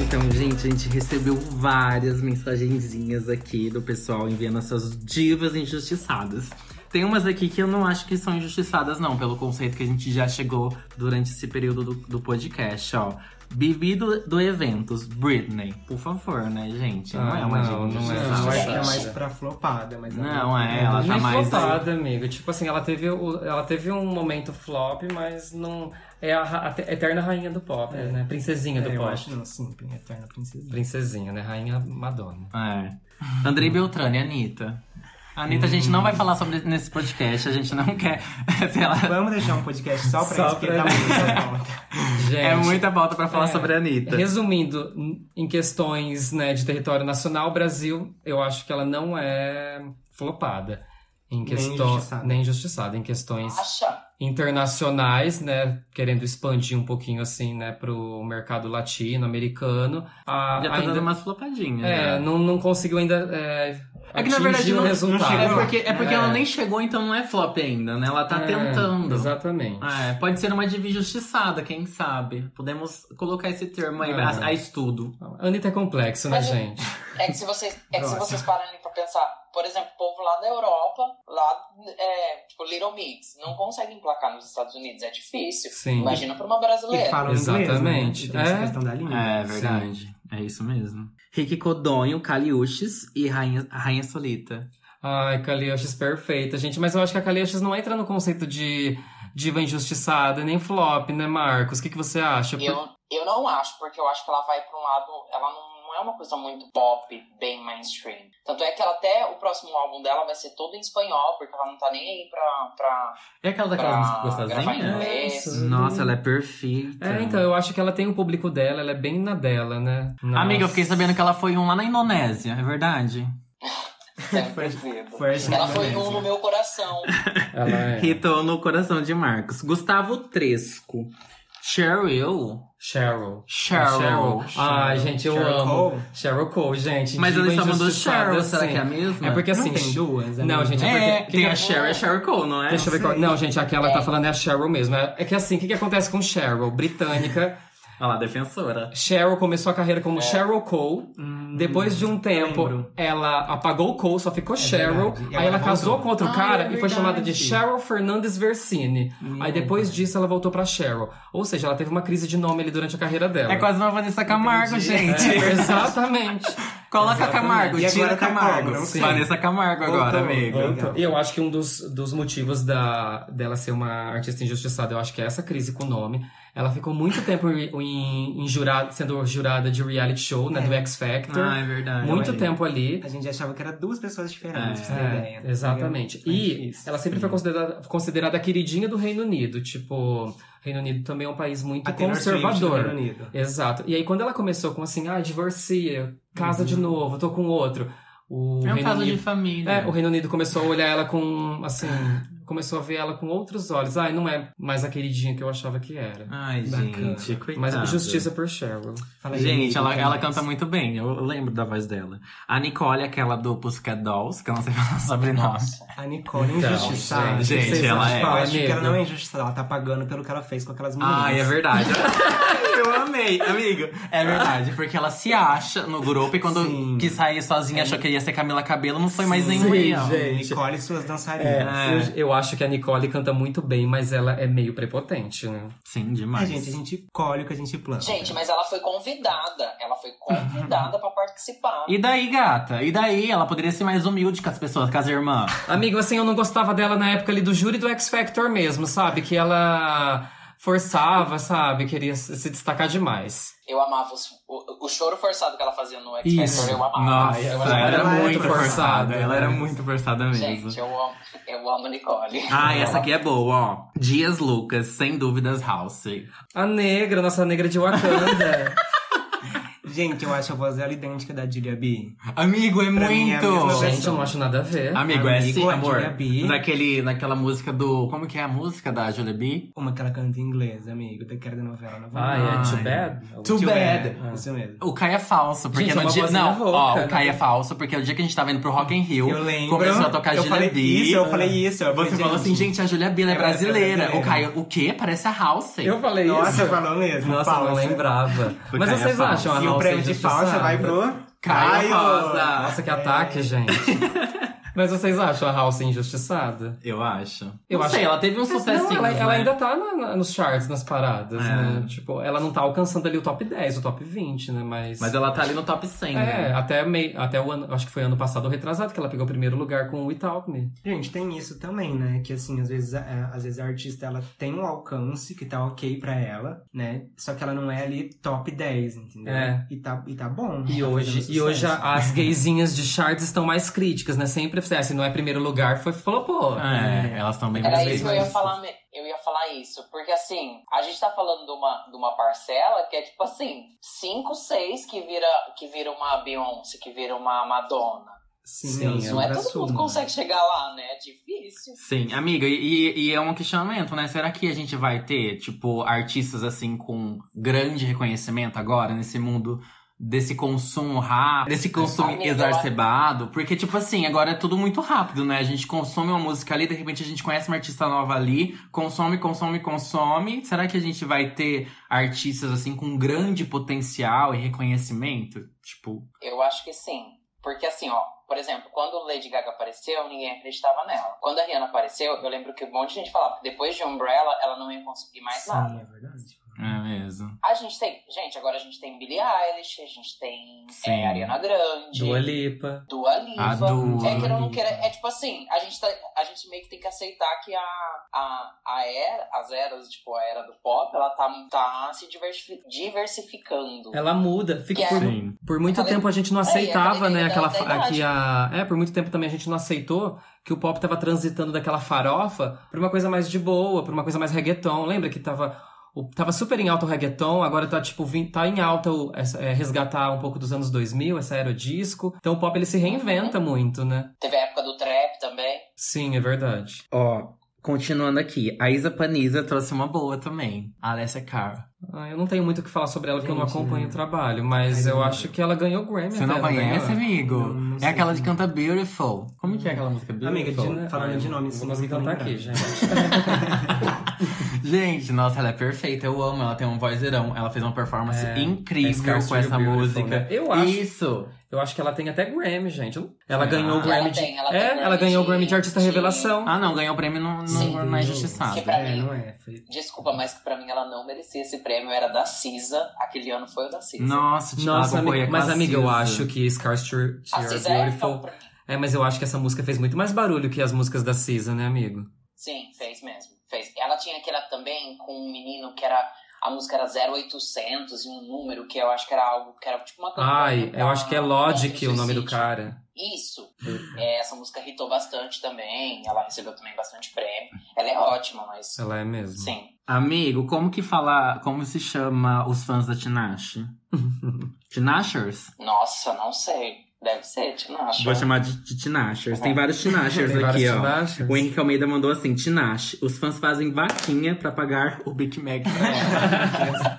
Então, gente, a gente recebeu várias mensagenzinhas aqui do pessoal enviando essas divas injustiçadas. Tem umas aqui que eu não acho que são injustiçadas, não, pelo conceito que a gente já chegou durante esse período do, do podcast, ó. Bibi do, do Eventos, Britney. Por favor, né, gente? Não Ah, é uma não, diva não é, não injustiçada. Não, eu acho que é gente. mais pra flopada, mas. Não, é, ela tá Nem mais. flopada, amigo. Tipo assim, ela teve, o- ela teve um momento flop, mas não. É a, ra- a te- eterna rainha do pop, É. né? Princesinha do É, eu pop. acho não, sim, Eterna Princesa. Princesinha, né? Rainha Madonna. É. Andrei Beltrani, Anitta. A Anitta, a gente não vai falar sobre nesse podcast, a gente não quer. sei lá, Vamos deixar um podcast só pra Só isso, porque pra- tá muito bom. Gente, é muita pauta pra falar é. sobre a Anitta. Resumindo, n- em questões né, de território nacional, o Brasil, eu acho que ela não é flopada. Em questões. injustiçada. Nem injustiçada. Em questões acha? internacionais, né? Querendo expandir um pouquinho, assim, né, pro mercado latino, americano. A, Já tá ainda, dando umas flopadinhas. É, né? não, não conseguiu ainda. É, É que, na verdade, atingir o não- não resultado. É porque, é porque É. ela nem chegou, então não é flop ainda, né? Ela tá É, tentando. Exatamente. É, pode ser uma diva injustiçada, quem sabe? Podemos colocar esse termo aí É. a, a estudo. A Anitta é complexo, né, Mas- gente? É que se vocês, é que se Nossa. vocês pararem pra pensar, por exemplo, o povo lá da Europa, lá, é, tipo, Little Mix, não consegue emplacar nos Estados Unidos, é difícil. Sim. Imagina pra uma E brasileira. falam Exatamente. inglês, né? E tem essa É. questão da língua. É verdade. É isso mesmo. Rick Codonho, Caliuches e Rainha, Rainha Solita. Ai, Kalioshis perfeita, gente. Mas eu acho que a Kalioshis não entra no conceito de diva injustiçada, nem flop, né, Marcos? O que, que você acha? E Eu, eu não acho, porque eu acho que ela vai pra um lado, ela não, não é uma coisa muito pop, bem mainstream. Tanto é que ela até, o próximo álbum dela vai ser todo em espanhol, porque ela não tá nem aí pra... pra É aquela daquelas Pra músicas gravar em gostosinhas? inglês. Nossa, ela é perfeita. É, então, eu acho que ela tem o público dela, ela é bem na dela, né? Amiga, eu fiquei sabendo que ela foi um lá na Indonésia, é verdade? né, perceber. Foi assim, ela foi um beleza. no meu coração. Ela é. Ritou no coração de Marcos. Gustavo Tresco. Cheryl? Cheryl. Cheryl. Ah, Ai, gente, eu Cheryl amo. Cole? Cheryl Cole, gente. Mas diva ela está mandando injustiçada, Cheryl, será assim. que é a mesma? É porque Não assim. tem duas, né? Não, amiga? gente, é porque. É, que tem que a Cheryl e a Cheryl Cole, não é? Deixa eu ver qual. Não, gente, aqui ela tá falando é a Cheryl mesmo. É é que assim, o que, que acontece com Cheryl? Britânica. Olha lá, defensora. Cheryl começou a carreira como Cheryl Cole. Depois de um tempo, lembro. ela apagou o Cole, só ficou Cheryl. verdade. E Aí agora ela casou voltou. com outro Ah, cara é e foi verdade. chamada de Cheryl Fernandes Versini. Aí depois disso, ela voltou pra Cheryl. Ou seja, ela teve uma crise de nome ali durante a carreira dela. É quase uma Vanessa Camargo, gente. É, exatamente. Coloca a Camargo, E agora tira a tá Camargo. Camargo, sim. Vanessa Camargo agora, Voltou, amiga. voltou. E eu acho que um dos, dos motivos da, dela ser uma artista injustiçada, eu acho que é essa crise com o nome. Ela ficou muito tempo em, em jurado- sendo jurada de reality show, né? Do X Factor. Ah, é verdade. muito Olha. tempo ali. A gente achava que era duas pessoas diferentes, É. pra você ter ideia. entendeu? Exatamente. Mas E difícil. ela sempre foi considerada, considerada a queridinha do Reino Unido. Tipo, Reino Unido também é um país muito A Taylor Swift do Reino conservador. Unido. Exato. E aí, quando ela começou com assim, ah, divorcia, casa de novo, tô com outro. O Uhum. É um Reino caso de Unido, família. é, o Reino Unido começou a olhar ela com, assim, começou a ver ela com outros olhos. Ai, não é mais a queridinha que eu achava que era. Ai, Bacana. gente, coitada. Mas justiça por Cheryl. Fala aí, Gente, ela, quem ela é mais? canta muito bem, eu lembro da voz dela. A Nicole, aquela do Pussycat Dolls, que eu não sei falar sobre nós. Nossa. A Nicole é Então, injustiçada. gente, Vocês ela acham é. Ah, que Eu acho que Amiga. ela não é injustiçada, ela tá pagando pelo que ela fez com aquelas meninas. Ai, é verdade. Eu amei, amigo. É verdade, porque ela se acha no grupo e quando Sim. quis sair sozinha, achou que ia ser Camila Cabelo, não foi é mais nenhum Sim, real. gente. Nicole e suas dançarinas. É, eu- Eu acho que a Nicole canta muito bem, mas ela é meio prepotente, né? Sim, A demais. É, gente, a gente colhe o que a gente planta. Gente, mas ela foi convidada. Ela foi convidada pra participar. E daí, gata? E daí? Ela poderia ser mais humilde com as pessoas, com as irmãs. Amigo, assim, eu não gostava dela na época ali do júri do X Factor mesmo, sabe? Que ela forçava, sabe? Queria se se destacar demais. Eu amava os- o, o choro forçado que ela fazia no X Isso. Factor. Eu amava. Nossa, eu ela, achava- era ela é muito forçada. forçada, né? Ela era muito forçada mesmo. Gente, eu amo, eu amo Nicole. Ah, essa aqui é boa, ó. Dias Lucas, sem dúvidas, House. A negra, nossa negra de Wakanda. Gente, eu acho a voz dela idêntica da Julia B. Amigo, é Pra mim é a mesma muito! versão. Gente, eu não acho nada a ver. Amigo, é Amigo, assim, a amor. Julia B. Naquele, naquela música do. Como que é a música da Julia B? Uma que ela canta em inglês, amigo, daquela da novela. Não vou Ai, é lembrar. too Ai. bad. Ah, Too bad. Ah. Isso mesmo. O Caio é falso, porque Gente, é no uma dia. vozinha Não, ó, rouca, o Caio né? é falso, porque o dia que a gente tava indo pro Rock in Rio, Eu lembro. começou a tocar eu Julia falei B. Isso, eu falei isso. Eu Você falei, falou assim, gente, a Julia B ela é Ela é brasileira. brasileira. O Caio, o quê? Parece a House. Eu falei Nossa, isso? falou mesmo. Nossa, eu não falsa. lembrava. Foi Mas Caia vocês Falsa. acham a E nossa o prêmio de falsa injustiçada? vai pro É. Caio Rosa. Nossa, que ataque, gente. Mas vocês acham a House injustiçada? Eu acho. Eu não acho- sei, ela teve um sucesso. Não, ela, né? ela ainda tá na- na- nos charts, nas paradas, né? Tipo, ela não tá alcançando ali o top 10, o top 20, né? Mas. Mas ela tá ali no top 100, é, né? até, mei, até o ano, acho que foi ano passado ou retrasado que ela pegou o primeiro lugar com o Without Me. Gente, tem isso também, né? Que assim, às vezes, a, às vezes a artista ela tem um alcance que tá ok pra ela, né? Só que ela não é ali top 10, entendeu? É. E tá, e tá bom. E tá hoje, fazendo e hoje sucesso. a- as gaysinhas de charts estão mais críticas, né? Sempre, é, se não é primeiro lugar, foi flopou. É, elas estão bem Era mais isso que eu ia falar, me- eu ia falar isso, porque assim, a gente tá falando de uma, de uma parcela que é tipo assim, 5, 6 que vira, que vira uma Beyoncé, que vira uma Madonna. Sim, Sim, é um não é Não é supra todo mundo sumo. consegue chegar lá, né? É difícil. Sim, amiga, e, e- e é um questionamento, né? Será que a gente vai ter, tipo, artistas assim com grande reconhecimento agora nesse mundo desse consumo rápido, desse consumo Amiga, exacerbado? Porque, tipo assim, agora é tudo muito rápido, né? A gente consome uma música ali, de repente a gente conhece uma artista nova ali, consome, consome, consome. Será que a gente vai ter artistas assim com grande potencial e reconhecimento? Tipo, Eu acho que sim. Porque assim, ó, por exemplo, quando Lady Gaga apareceu, ninguém acreditava nela. Quando a Rihanna apareceu, eu lembro que um monte de gente falava que depois de Umbrella, ela não ia conseguir mais nada. Sim, é verdade. é mesmo. A gente tem, gente, agora a gente tem Billie Eilish, a gente tem Sim. eh, Ariana Grande. Dua Lipa. Dua Lipa. A Dua É que eu não Lipa. quero. É tipo assim, a gente, tá, a gente meio que tem que aceitar que a, a, a era, as eras, tipo, a era do pop, ela tá, tá se diversi- diversificando. Ela muda. Fica Que por, Sim. Por muito Falei- tempo a gente não É, e aceitava, né, aquela ideia da- aquela da fa- idade. que a é, por muito tempo também a gente não aceitou que o pop tava transitando daquela farofa pra uma coisa mais de boa, pra uma coisa mais reggaeton. Lembra que tava o- tava super em alta o reggaeton, agora tá tipo vim- tá em alta o, essa- é, resgatar um pouco dos anos 2000, essa era o disco. Então o pop ele se Uhum. reinventa muito, né? Teve a época do trap também. Sim, é verdade. Ó, continuando aqui, a Isa Paniza trouxe uma boa também, a Alessia Cara. Ah, eu não tenho muito o que falar sobre ela porque eu não Gente, acompanho né? o trabalho, mas Ai, eu não. acho que ela ganhou o Grammy Você não até, né? ganhou? conhece, amigo? Não, não é sei. aquela de canta Beautiful. Como que é aquela música Amiga, Beautiful? de- falando Ai, de nome, não sim, vou conseguir não vou cantar lembrar. aqui, gente. Gente, nossa, ela é perfeita, eu amo, ela tem um vozeirão, ela fez uma performance É, é incrível Scarce com to essa Be Beautiful, música. né? Eu acho. Isso. Eu acho que ela tem até Grammy, gente. Ela Ah. ganhou o Ela Grammy de. tem, ela tem é, Grammy ela ganhou o de- Grammy de artista de- revelação. Ah, não, ganhou o prêmio não, não, Sim. não é Que injustiçado. pra É, mim. não é. Foi... Desculpa, mas que pra mim ela não merecia esse prêmio. Era da Cisa. Aquele ano foi o da Cisa. Nossa, tipo, Nossa, ela concorria amiga, com mas a amiga, eu Cisa. acho que Scars to Your a Cisa é Beautiful. top pra mim. É, mas eu acho que essa música fez muito mais barulho que as músicas da Cisa, né, amigo? Sim, fez mesmo. Fez. Ela tinha aquela também com um menino que era. A música era 0800 e um número que eu acho que era algo que era tipo uma campanha Ai, pra- eu acho que é Logic contra o nome do suicídio. cara. Isso. É, essa música hitou bastante também. Ela recebeu também bastante prêmio. Ela é ótima, mas. Ela é mesmo. Sim. Amigo, como que fala, como se chama os fãs da Tinashe? Tinashers? Nossa, não sei. Deve ser, te não acho. Vou chamar de, de Tinashers. Tem vários Tinashers Tem aqui, várias ó. tinaches. O Henrique Almeida mandou assim: Tinashe, os fãs fazem vaquinha pra pagar o Big Mac pra ela.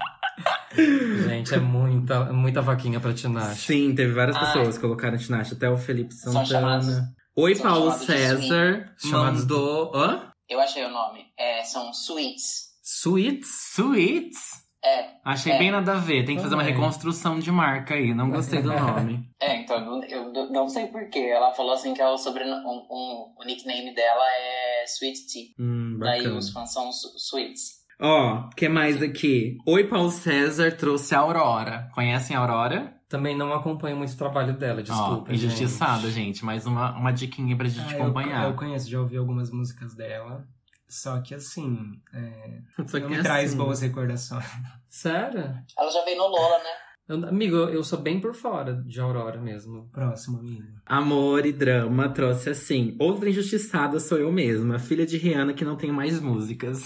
Gente, é muita, muita vaquinha pra Tinashe. Sim, teve várias Ai. pessoas que colocaram Tinashe, até o Felipe São Santana. chamados- Oi, são Paulo chamados de César. Chamados- Mandou. Hã? Eu achei o nome. É, são Sweets. Sweets? Sweets? É, Achei É. bem nada a ver. Tem que fazer uma Também. reconstrução de marca aí. Não gostei do nome. é, então eu não- eu não- não sei porquê. Ela falou assim que é o sobrenome, um, um- o nickname dela é Sweet Tea. Hum, Daí bacana. os fãs são su- Sweets. Ó, o que mais aqui? Oi, Paulo César trouxe a Aurora. Conhecem a Aurora? Também não acompanho muito o trabalho dela, desculpa. Ó, injustiçada, gente. Mais uma, uma diquinha pra gente Ah, eu- acompanhar. Eu, conheço, já ouvi algumas músicas dela. Só que assim, é, Só que não me é traz assim. boas recordações. Sério? Ela já veio no Lola, né? Eu- amigo, eu sou bem por fora de Aurora mesmo. Próximo, amigo. Amor e drama trouxe assim. Outra injustiçada sou eu mesma, filha de Rihanna que não tem mais músicas.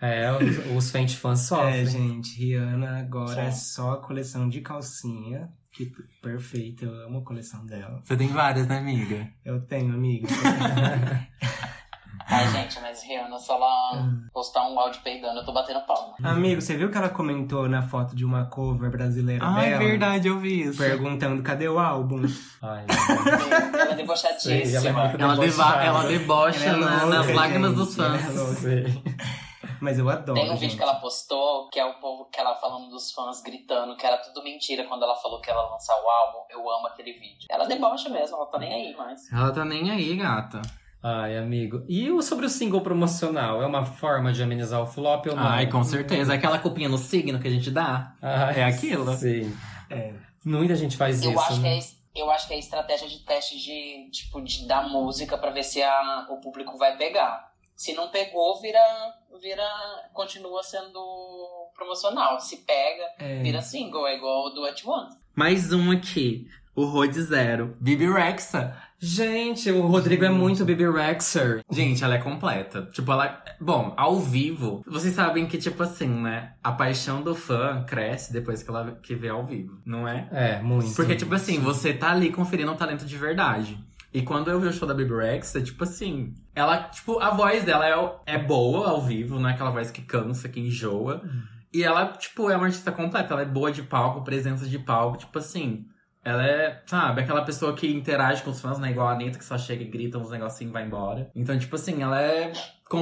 É, os, os Fenty fãs sofrem. É, gente, Rihanna agora Só. é só a coleção de calcinha. Que perfeita, eu amo a coleção dela. Você tem várias, né, amiga? Eu tenho, amigo. Ai, gente, mas Rihanna, se ela postar um áudio peidando, eu tô batendo palma. amigo, você viu que ela comentou na foto de uma cover brasileira Ah, é dela? verdade, eu vi isso. Perguntando cadê o álbum. Ai, Ela é Sei, ela é debochadíssima. muito Ela, deba debochada. ela debocha Ela é na- louca, nas lágrimas gente, dos ela fãs. é louca. Sei. Mas eu adoro. Tem um vídeo gente. que ela postou, que é o povo que ela falando dos fãs gritando que era tudo mentira quando ela falou que ela ia lançar o álbum. Eu amo aquele vídeo. Ela debocha mesmo, ela tá nem aí, mas. Ela tá nem aí, gata. Ai, amigo. E o sobre o single promocional? É uma forma de amenizar o flop ou não? Ai, com certeza. Aquela copinha no signo que a gente dá. Ai, É aquilo. Sim. É. Muita gente faz Eu isso. acho, que né? é, es- eu acho que é estratégia de teste de, tipo, de dar música pra ver se a- o público vai pegar. Se não pegou, vira, vira. continua sendo promocional. Se pega, É. vira single, é igual o do At One. Mais um aqui. O Road Zero. Bibi Rexa. Gente, o Rodrigo é muito Baby Rexer. Gente, ela é completa. Tipo, ela. Bom, ao vivo, vocês sabem que, tipo assim, né? A paixão do fã cresce depois que ela que vê ao vivo, não é? É, muito. Porque, tipo assim, você tá ali conferindo um talento de verdade. E quando eu vi o show da Baby Rex, é tipo assim. Ela, tipo, a voz dela é, é boa ao vivo, não é aquela voz que cansa, que enjoa. Uhum. E ela, tipo, é uma artista completa. Ela é boa de palco, presença de palco, tipo assim. Ela é, sabe, aquela pessoa que interage com os fãs, né? Igual a Anitta, que só chega e grita uns negocinhos e vai embora. Então, tipo assim, ela é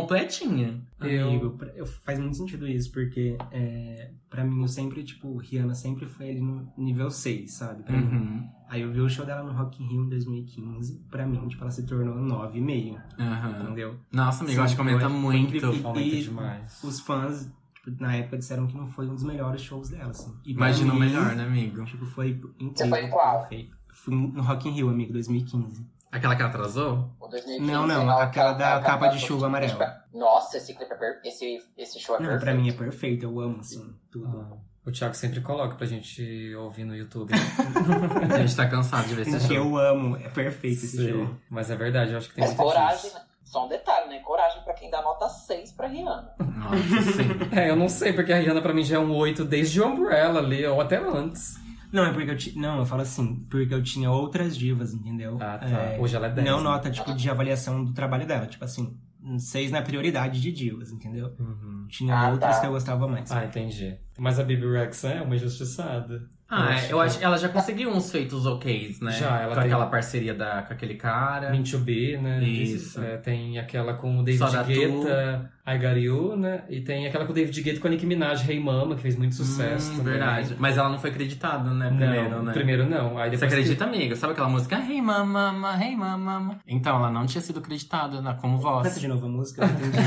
completinha. Amigo, pra- eu- faz muito sentido isso, porque é, pra mim eu sempre, tipo, Rihanna sempre foi ali no nível 6, sabe? Pra mim. Uhum. Aí eu vi o show dela no Rock in Rio em 2015, pra mim, tipo, ela se tornou 9,5, Ah. Aham. entendeu? Nossa, amigo, eu acho que Sim, aumenta foi- foi muito. incrível. Aumenta e- demais. Os fãs, tipo, na época disseram que não foi um dos melhores shows dela, assim. E pra Imagina o mim, melhor, né, amigo? Tipo, foi incrível. Você foi em qual? perfeito. Fui no Rock in Rio, amigo, 2015. Aquela que atrasou? O 2015, Não, não, ela- aquela da ela- capa de chuva ela- amarela. tá Nossa, esse clipe é per... esse, esse show é Não, perfeito. pra mim é perfeito, eu amo, assim, tudo. Ah, o Thiago sempre coloca pra gente ouvir no YouTube. A gente tá cansado de ver esse Porque show. eu amo, é perfeito esse Sei. show. Mas é verdade, eu acho que tem Mas muita coragem, disso. só um detalhe, né? Coragem pra quem dá nota 6 pra Rihanna. Nossa, sim. É, eu não sei, porque a Rihanna pra mim já é um 8 desde Umbrella ali, ou até antes. Não, é porque eu ti... Não, eu falo assim, porque eu tinha outras divas, entendeu? Ah, tá. É, Hoje ela é 10. Não né? nota, tipo, de avaliação do trabalho dela. Tipo assim, seis na prioridade de divas, entendeu? Uhum. Tinha Ah, outras tá. que eu gostava mais. Ah, entendi. Mas a Bibi Rex é uma injustiçada. Ah, é, eu acho que ela já conseguiu uns feitos ok, né? Já, ela com tem- aquela parceria da, com aquele cara. Mean to Be, né? É. Isso. É, tem aquela com o David Só da Guetta, I Got You, né? E tem aquela com o David Guetta e com a Nicki Minaj, Hey Mama, que fez muito sucesso Hum, também. verdade. Mas ela não foi acreditada, né? Não, Primeiro, né? Primeiro não. Aí Você depois acredita, amiga? Sabe aquela música? Hey, mama, mama, hey, mama. Então, ela não tinha sido acreditada na, como Canta voz. de novo a música, eu entendi.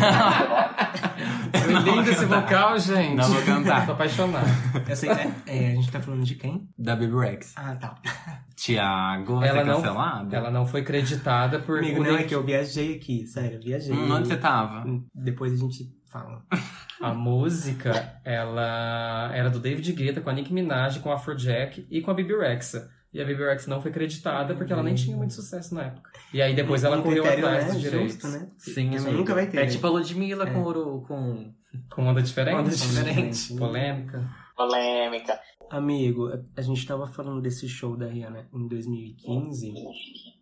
Que... Não vou Lindo esse cantar. vocal, gente. Não vou cantar. Tô apaixonado. Eu sei, é, é, a gente tá falando de quem? Da Baby Rex. é Ah, tá. Tiago, vai Ela ser não- cancelada? Ela não foi creditada por. Amigo, o não, é David- que eu viajei aqui, sério, eu viajei. Hum, onde você tá? tava? Depois a gente fala. A música, ela era do David Guetta com a Nicki Minaj, com a Afrojack e com a Bibi Rexa. E a Bibi Rexa não foi creditada porque ela nem tinha muito sucesso na época. E aí depois ela Um correu Uhum. critério, atrás né, dos direitos. justo, né? Sim, Isso amiga. nunca vai ter, É né? tipo a Ludmilla É. com ouro, com... Com onda diferente. Onda diferente. né? Polêmica. Polêmica. Amigo, a gente tava falando desse show da Rihanna em 2015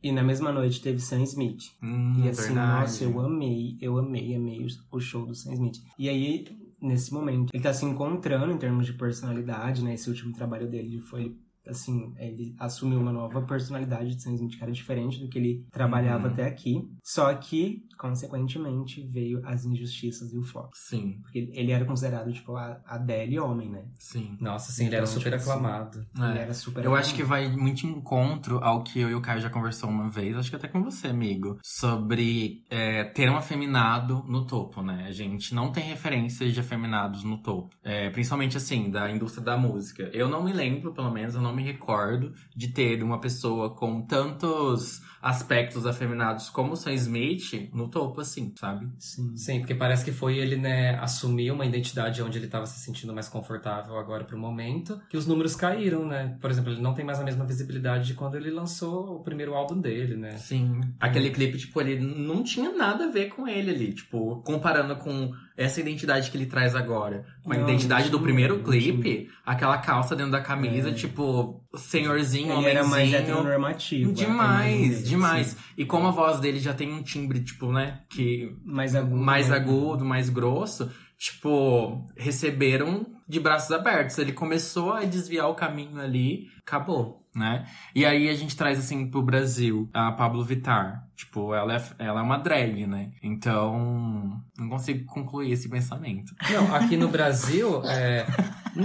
e na mesma noite teve Sam Smith. Hum, E assim, verdade. nossa, eu amei, eu amei, amei o- o show do Sam Smith. E aí, nesse momento, ele tá se encontrando em termos de personalidade, né? Esse último trabalho dele foi assim, ele assumiu uma nova personalidade de Sam Smith, que era diferente do que ele trabalhava Uhum. até aqui. Só que, consequentemente, veio as injustiças e o flop. Sim, Porque ele- ele era considerado, tipo, a, a Adele homem, né? sim. Nossa, assim, ele era Então, super tipo assim, aclamado. Ele É. era super Eu acho que vai muito em encontro ao que eu e o Caio já conversou uma vez, acho que até com você, amigo, sobre é, ter um afeminado no topo, né? A gente não tem referência de afeminados no topo. É, principalmente assim, da indústria da música. Eu não me lembro, pelo menos, eu não me recordo de ter uma pessoa com tantos aspectos afeminados como o Sam Smith no topo, assim, sabe? Sim. Sim, porque parece que foi ele, né, assumir uma identidade onde ele estava se sentindo mais confortável agora pro momento, que os números caíram, né? Por exemplo, ele não tem mais a mesma visibilidade de quando ele lançou o primeiro álbum dele, né? Sim. Aquele clipe, tipo, ele não tinha nada a ver com ele ali. Tipo, comparando com essa identidade que ele traz agora. Com a Não, identidade não do tinha, primeiro não clipe, aquela calça dentro da camisa, tipo, senhorzinho, Ele era mais homenzinho. heteronormativo. é, a imagem Demais, dele, demais. sim. E como a voz dele já tem um timbre, tipo, né? Que Mais agudo. mais Uhum. né? agudo, mais grosso, tipo, receberam de braços abertos. Ele começou a desviar o caminho ali, acabou, né? E aí a gente traz assim pro Brasil a Pablo Vittar. Tipo, ela é, ela é uma drag, né? Então, não consigo concluir esse pensamento. Não, aqui no Brasil, é...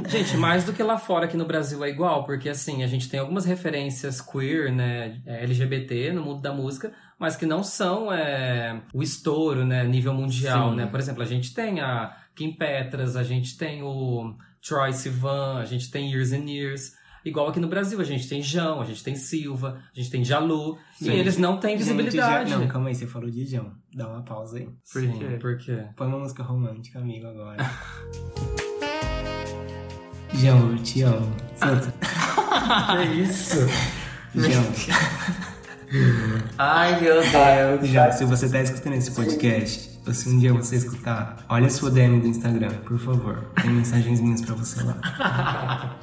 gente, mais do que lá fora, aqui no Brasil é igual, porque assim, a gente tem algumas referências queer, né, é, LGBT no mundo da música, mas que não são é, o estouro, né, nível mundial, Sim. né? Por exemplo, a gente tem a Kim Petras, a gente tem o Troy Sivan, a gente tem Years and Years. Igual aqui no Brasil, a gente tem Jão, a gente tem Silva, a gente tem Jalu, Sim. e eles não têm Gente, visibilidade. já- Não, calma aí, você falou de Jão. Dá uma pausa aí. Por Sim, quê? por quê? Põe uma música romântica, amigo, agora. Jão, eu te amo. Que isso? Jão, Ai, meu Deus. Jão, se você tá escutando esse podcast, ou se um dia você escutar, olha a sua DM do Instagram, por favor. Tem mensagens minhas pra você lá.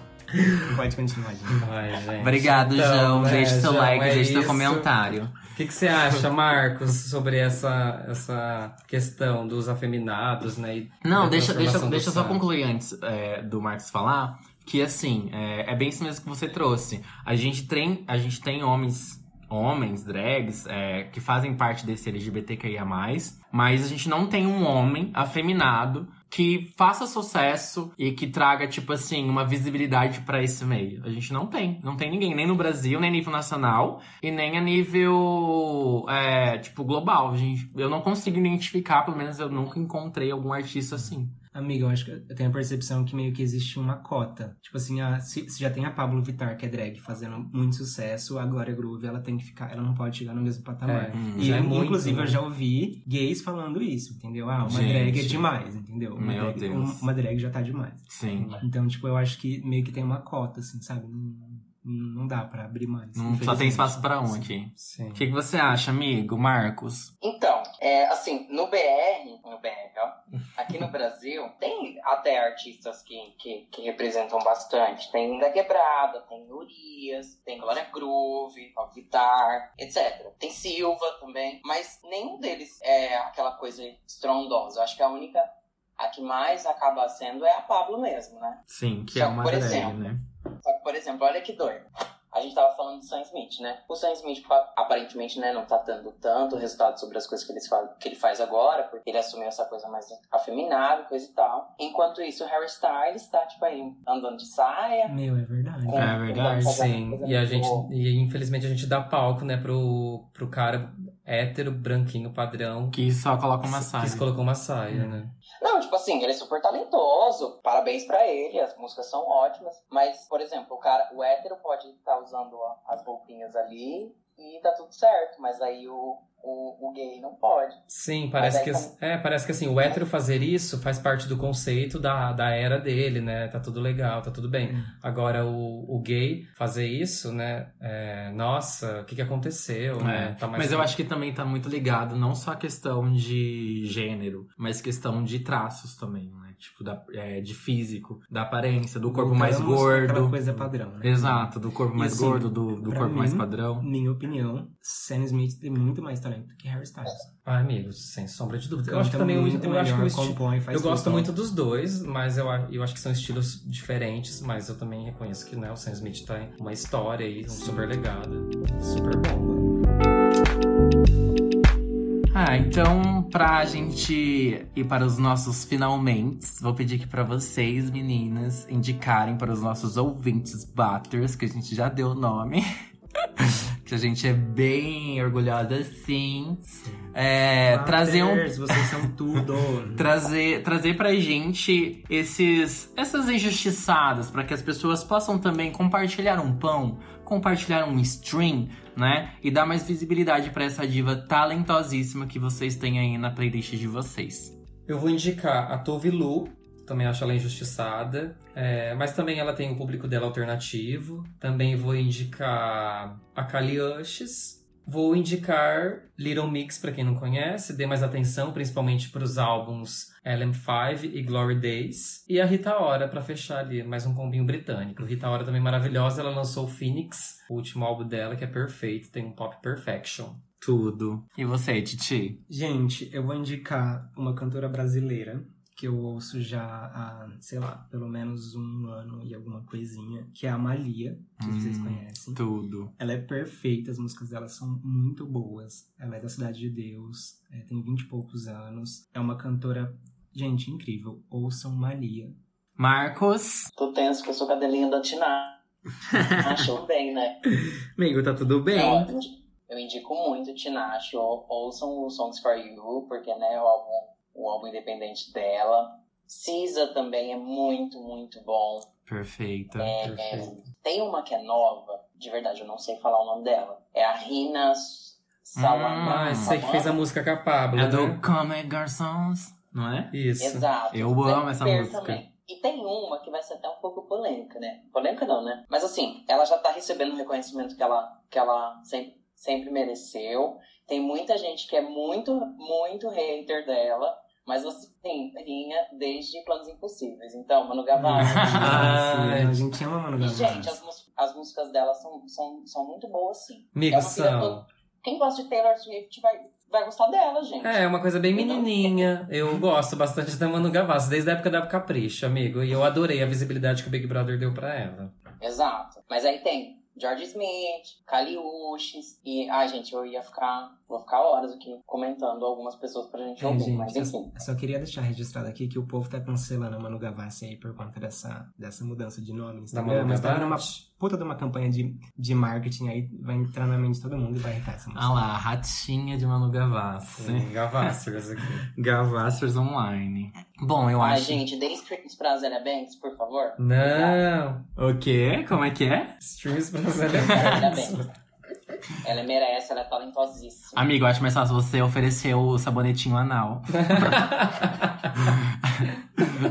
Pode continuar, gente. Ai, gente. Obrigado, Então, João. né, Deixe seu João, like, é deixe seu isso. comentário. O que, que você acha, Marcos, sobre essa, essa questão dos afeminados, né? e Não, da deixa, deixa, transformação do deixa eu só Sam? concluir antes é, do Marcos falar que assim, é, é bem isso mesmo que você trouxe. A gente tem, a gente tem homens, homens, drags, é, que fazem parte desse LGBTQIA, mas a gente não tem um homem afeminado que faça sucesso e que traga, tipo assim, uma visibilidade pra esse meio. A gente não tem. Não tem ninguém, nem no Brasil, nem a nível nacional e nem a nível, é, tipo, global. A gente, eu não consigo identificar, pelo menos eu nunca encontrei algum artista assim. Amigo, eu acho que eu tenho a percepção que meio que existe uma cota. Tipo assim, a- se, se já tem a Pablo Vittar, que é drag, fazendo muito sucesso, a Glória Groove, ela tem que ficar, ela não pode chegar no mesmo patamar. É, Hum. E, já é muito, inclusive, né? eu já ouvi gays falando isso, entendeu? Ah, uma Gente. drag é demais, entendeu? Uma Meu drag, Deus. um- Uma drag já tá demais. Sim. Então, tipo, eu acho que meio que tem uma cota, assim, sabe? Não, não dá pra abrir mais. Não só tem infelizmente. espaço pra um aqui. Sim. O que, que você acha, amigo? Marcos? Então, é, assim, no BR, no BR, ó, aqui no Brasil, tem até artistas que, que, que representam bastante. Tem Linda Quebrada, tem Urias, tem Glória Groove, Paulo Vittar, etc. Tem Silva também, mas nenhum deles é aquela coisa estrondosa. Eu acho que a única, a que mais acaba sendo é a Pablo mesmo, né? Sim, que Só é uma por drag, exemplo. né? Só que, por exemplo, olha que doido. A gente tava falando do Sam Smith, né? O Sam Smith, pa- aparentemente, né, não tá dando tanto resultado sobre as coisas que ele, faz, que ele faz agora, porque ele assumiu essa coisa mais afeminada, coisa e tal. Enquanto isso, o Harry Styles tá, tipo, aí, andando de saia. Meu, é verdade. com- É verdade, com- Sim, e a gente, e infelizmente a gente dá palco, né, pro, pro cara hétero, branquinho, padrão, que, Que só coloca uma que se saia. colocou uma saia, né? Não, tipo assim, ele é super talentoso, parabéns pra ele, as músicas são ótimas, mas, por exemplo, o cara, o hétero pode estar usando a- as roupinhas ali e tá tudo certo, mas aí o, o, o gay não pode. Sim, parece aí que, como- é, parece que assim, o hétero fazer isso faz parte do conceito da, da era dele, né? Tá tudo legal, tá tudo bem. Agora, o, o gay fazer isso, né? é, nossa, o que, que aconteceu? É, né? Tá mais mas eu acho que também tá muito ligado, não só a questão de gênero, mas questão de traços também, né? Tipo, da- é, de físico, da aparência, do corpo Voltamos mais um é Aquela gordo. coisa padrão, né? Exato, do corpo E mais assim, gordo, do, do pra corpo mais mim, padrão. Minha opinião, Sam Smith tem muito mais talento que Harry Styles. Ah, amigo, sem sombra de dúvida. Eu Canta acho que também o- muito eu acho que melhor, o esti- compõe, faz Eu gosto tudo. muito dos dois, mas eu, a- eu acho que são estilos diferentes, mas eu também reconheço que né, o Sam Smith tem uma história aí, um super legado, super bomba. Ah, então, pra gente ir para os nossos finalmente, vou pedir aqui pra vocês, meninas, indicarem para os nossos ouvintes batters, que a gente já deu o nome. que a gente é bem orgulhosa, sim. É, trazer um Haters, Vocês são tudo. trazer trazer pra gente esses essas injustiçadas para que as pessoas possam também compartilhar um pão, compartilhar um stream, né? E dar mais visibilidade pra essa diva talentosíssima que vocês têm aí na playlist de vocês. Eu vou indicar a Tove Lu, também acho ela injustiçada, é, mas também ela tem o público dela alternativo. Também vou indicar a Kali Uchis. Vou indicar Little Mix pra quem não conhece, dê mais atenção, principalmente pros álbuns LM5 e Glory Days. E a Rita Ora pra fechar ali, mais um combinho britânico. Rita Ora também maravilhosa, ela lançou o Phoenix, o último álbum dela, que é perfeito, tem um pop perfection. Tudo. E você, Titi? Gente, eu vou indicar uma cantora brasileira que eu ouço já há, sei lá, pelo menos um ano e alguma coisinha, que é a Malia, que vocês Hum, conhecem. Tudo. Ela é perfeita, as músicas dela são muito boas. Ela é da Cidade de Deus, é, tem vinte e poucos anos. É uma cantora, gente, incrível. Ouçam Malia. Marcos? Tô tenso que eu sou cadelinha da Tiná. Achou bem, né? Amigo, tá tudo bem? Ó, Eu indico muito Tinashe, ou- ouçam o Songs for You, porque né, o álbum, o álbum independente dela. Cisa também é muito, muito bom. Perfeita. É, Perfeito. Tem uma que é nova, de verdade, eu não sei falar o nome dela. É a Rina Sawamura. Ah, sei que fez a música com a Pablo, É né? do Come Garçons, não é? Isso. Exato. Eu Tem amo essa Fer música. também. E tem uma que vai ser até um pouco polêmica, né? Polêmica não, né? Mas assim, ela já tá recebendo o reconhecimento que ela, que ela sempre, sempre mereceu. Tem muita gente que é muito, muito hater dela. Mas você tem Rinha desde Planos Impossíveis. Então, Manu Gavassi. Ai, a gente ama Manu e, gente, Gavassi. as, mus- as músicas dela são, são, são muito boas, sim. Amigo, É uma vida são. toda- Quem gosta de Taylor Swift vai, vai gostar dela, gente. É, uma coisa bem menininha. Eu gosto bastante da Manu Gavassi, desde a época da Capricho, amigo. E eu adorei a visibilidade que o Big Brother deu pra ela. Exato. Mas aí tem George Smith, Caliuches e. Ai, gente, eu ia ficar. Vou ficar horas aqui comentando algumas pessoas pra gente É, ouvir, gente, mas enfim. Eu só queria deixar registrado aqui que o povo tá cancelando a Manu Gavassi aí por conta dessa, dessa mudança de nome no Instagram. Manu Mas tá Gavassi? virando uma puta de uma campanha de, de marketing aí, vai entrar na mente de todo mundo e vai irritar essa música. Ah lá, ratinha de Manu Gavassi. Gavassers aqui. Gavassers É. Online. Bom, eu Ai, acho. gente, dê streams pra Zélia é Banks, por favor. Não! O quê? Como é que é? Streams pra Zé Zélia Leonardo. é Banks. Ela merece, ela é talentosíssima. Amigo, eu acho mais fácil você oferecer o sabonetinho anal.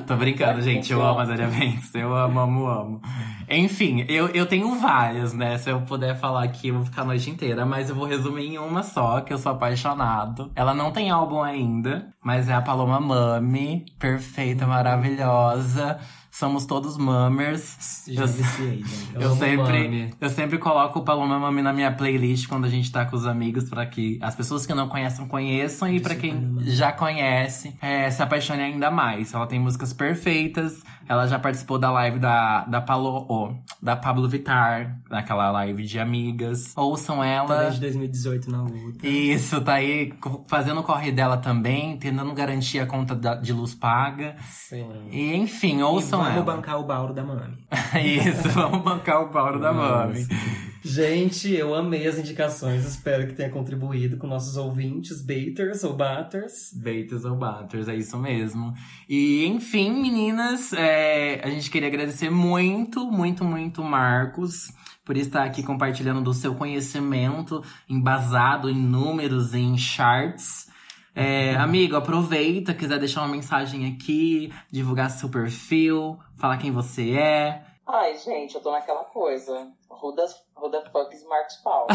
Tô brincando, gente. Eu amo as Advents. Eu amo, amo, amo. Enfim, eu, eu tenho várias, né? Se eu puder falar aqui, eu vou ficar a noite inteira. Mas eu vou resumir em uma só, que eu sou apaixonado. Ela não tem álbum ainda, mas é a Paloma Mami. Perfeita, maravilhosa. Somos todos mammers. Já Eu- viciei, gente. Eu Eu, amo Mami. sempre, eu sempre coloco o Paloma Mami na minha playlist quando a gente tá com os amigos, pra que as pessoas que não conhecem, conheçam. E pra quem já conhece, é, se apaixone ainda mais. Ela tem músicas perfeitas. Ela já participou da live da, da, Palo, ô, da Pablo Vittar, naquela live de amigas. Ouçam Tá ela. desde 2018 na luta. Isso, tá aí co- fazendo o corre dela também, tentando garantir a conta da- de luz paga. Sim. E enfim, ouçam vamos ela. bancar o bauro da Mami. Isso, vamos bancar o Paulo da Mami. Gente, eu amei as indicações. Espero que tenha contribuído com nossos ouvintes, baiters ou batters. Baitas ou Batters, é isso mesmo. E enfim, meninas, é, a gente queria agradecer muito, muito, muito o Marcos por estar aqui compartilhando do seu conhecimento embasado em números, em charts. É, amigo, aproveita, quiser deixar uma mensagem aqui, divulgar seu perfil, falar quem você é. Ai, gente, eu tô naquela coisa. Ruda, Ruda Fucks Marcos Paulo.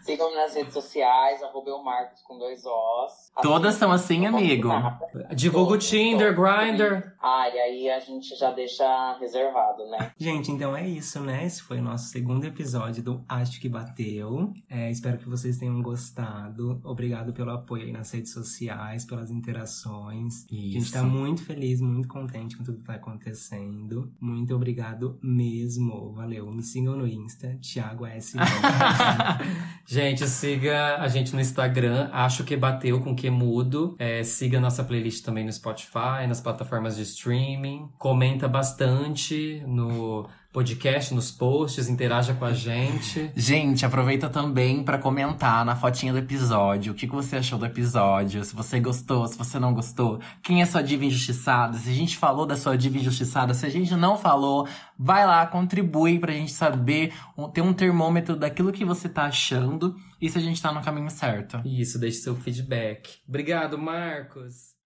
Se Sigam nas redes sociais, arroba eu Marcos com dois Os. Todas são assim, eu vou amigo? mudar. Divulga o Todas, Tinder, todas. Grindr. Ah, e aí a gente já deixa reservado, né? Gente, então é isso, né? Esse foi o nosso segundo episódio do Acho que Bateu. É, espero que vocês tenham gostado. Obrigado pelo apoio aí nas redes sociais, pelas interações. A gente Isso. tá muito feliz, muito contente com tudo que tá acontecendo. Muito obrigado mesmo. Valeu. Me sigam no Insta, Thiago S. Gente, siga a gente no Instagram, acho que bateu com que mudo. É, siga a nossa playlist também no Spotify, nas plataformas de streaming. Comenta bastante no podcast, nos posts, interaja com a gente. Gente, aproveita também pra comentar na fotinha do episódio o que, que você achou do episódio, se você gostou, se você não gostou, quem é sua diva injustiçada, se a gente falou da sua diva injustiçada, se a gente não falou, vai lá, contribui pra gente saber, um- ter um termômetro daquilo que você tá achando e se a gente tá no caminho certo. Isso, deixe seu feedback. Obrigado, Marcos.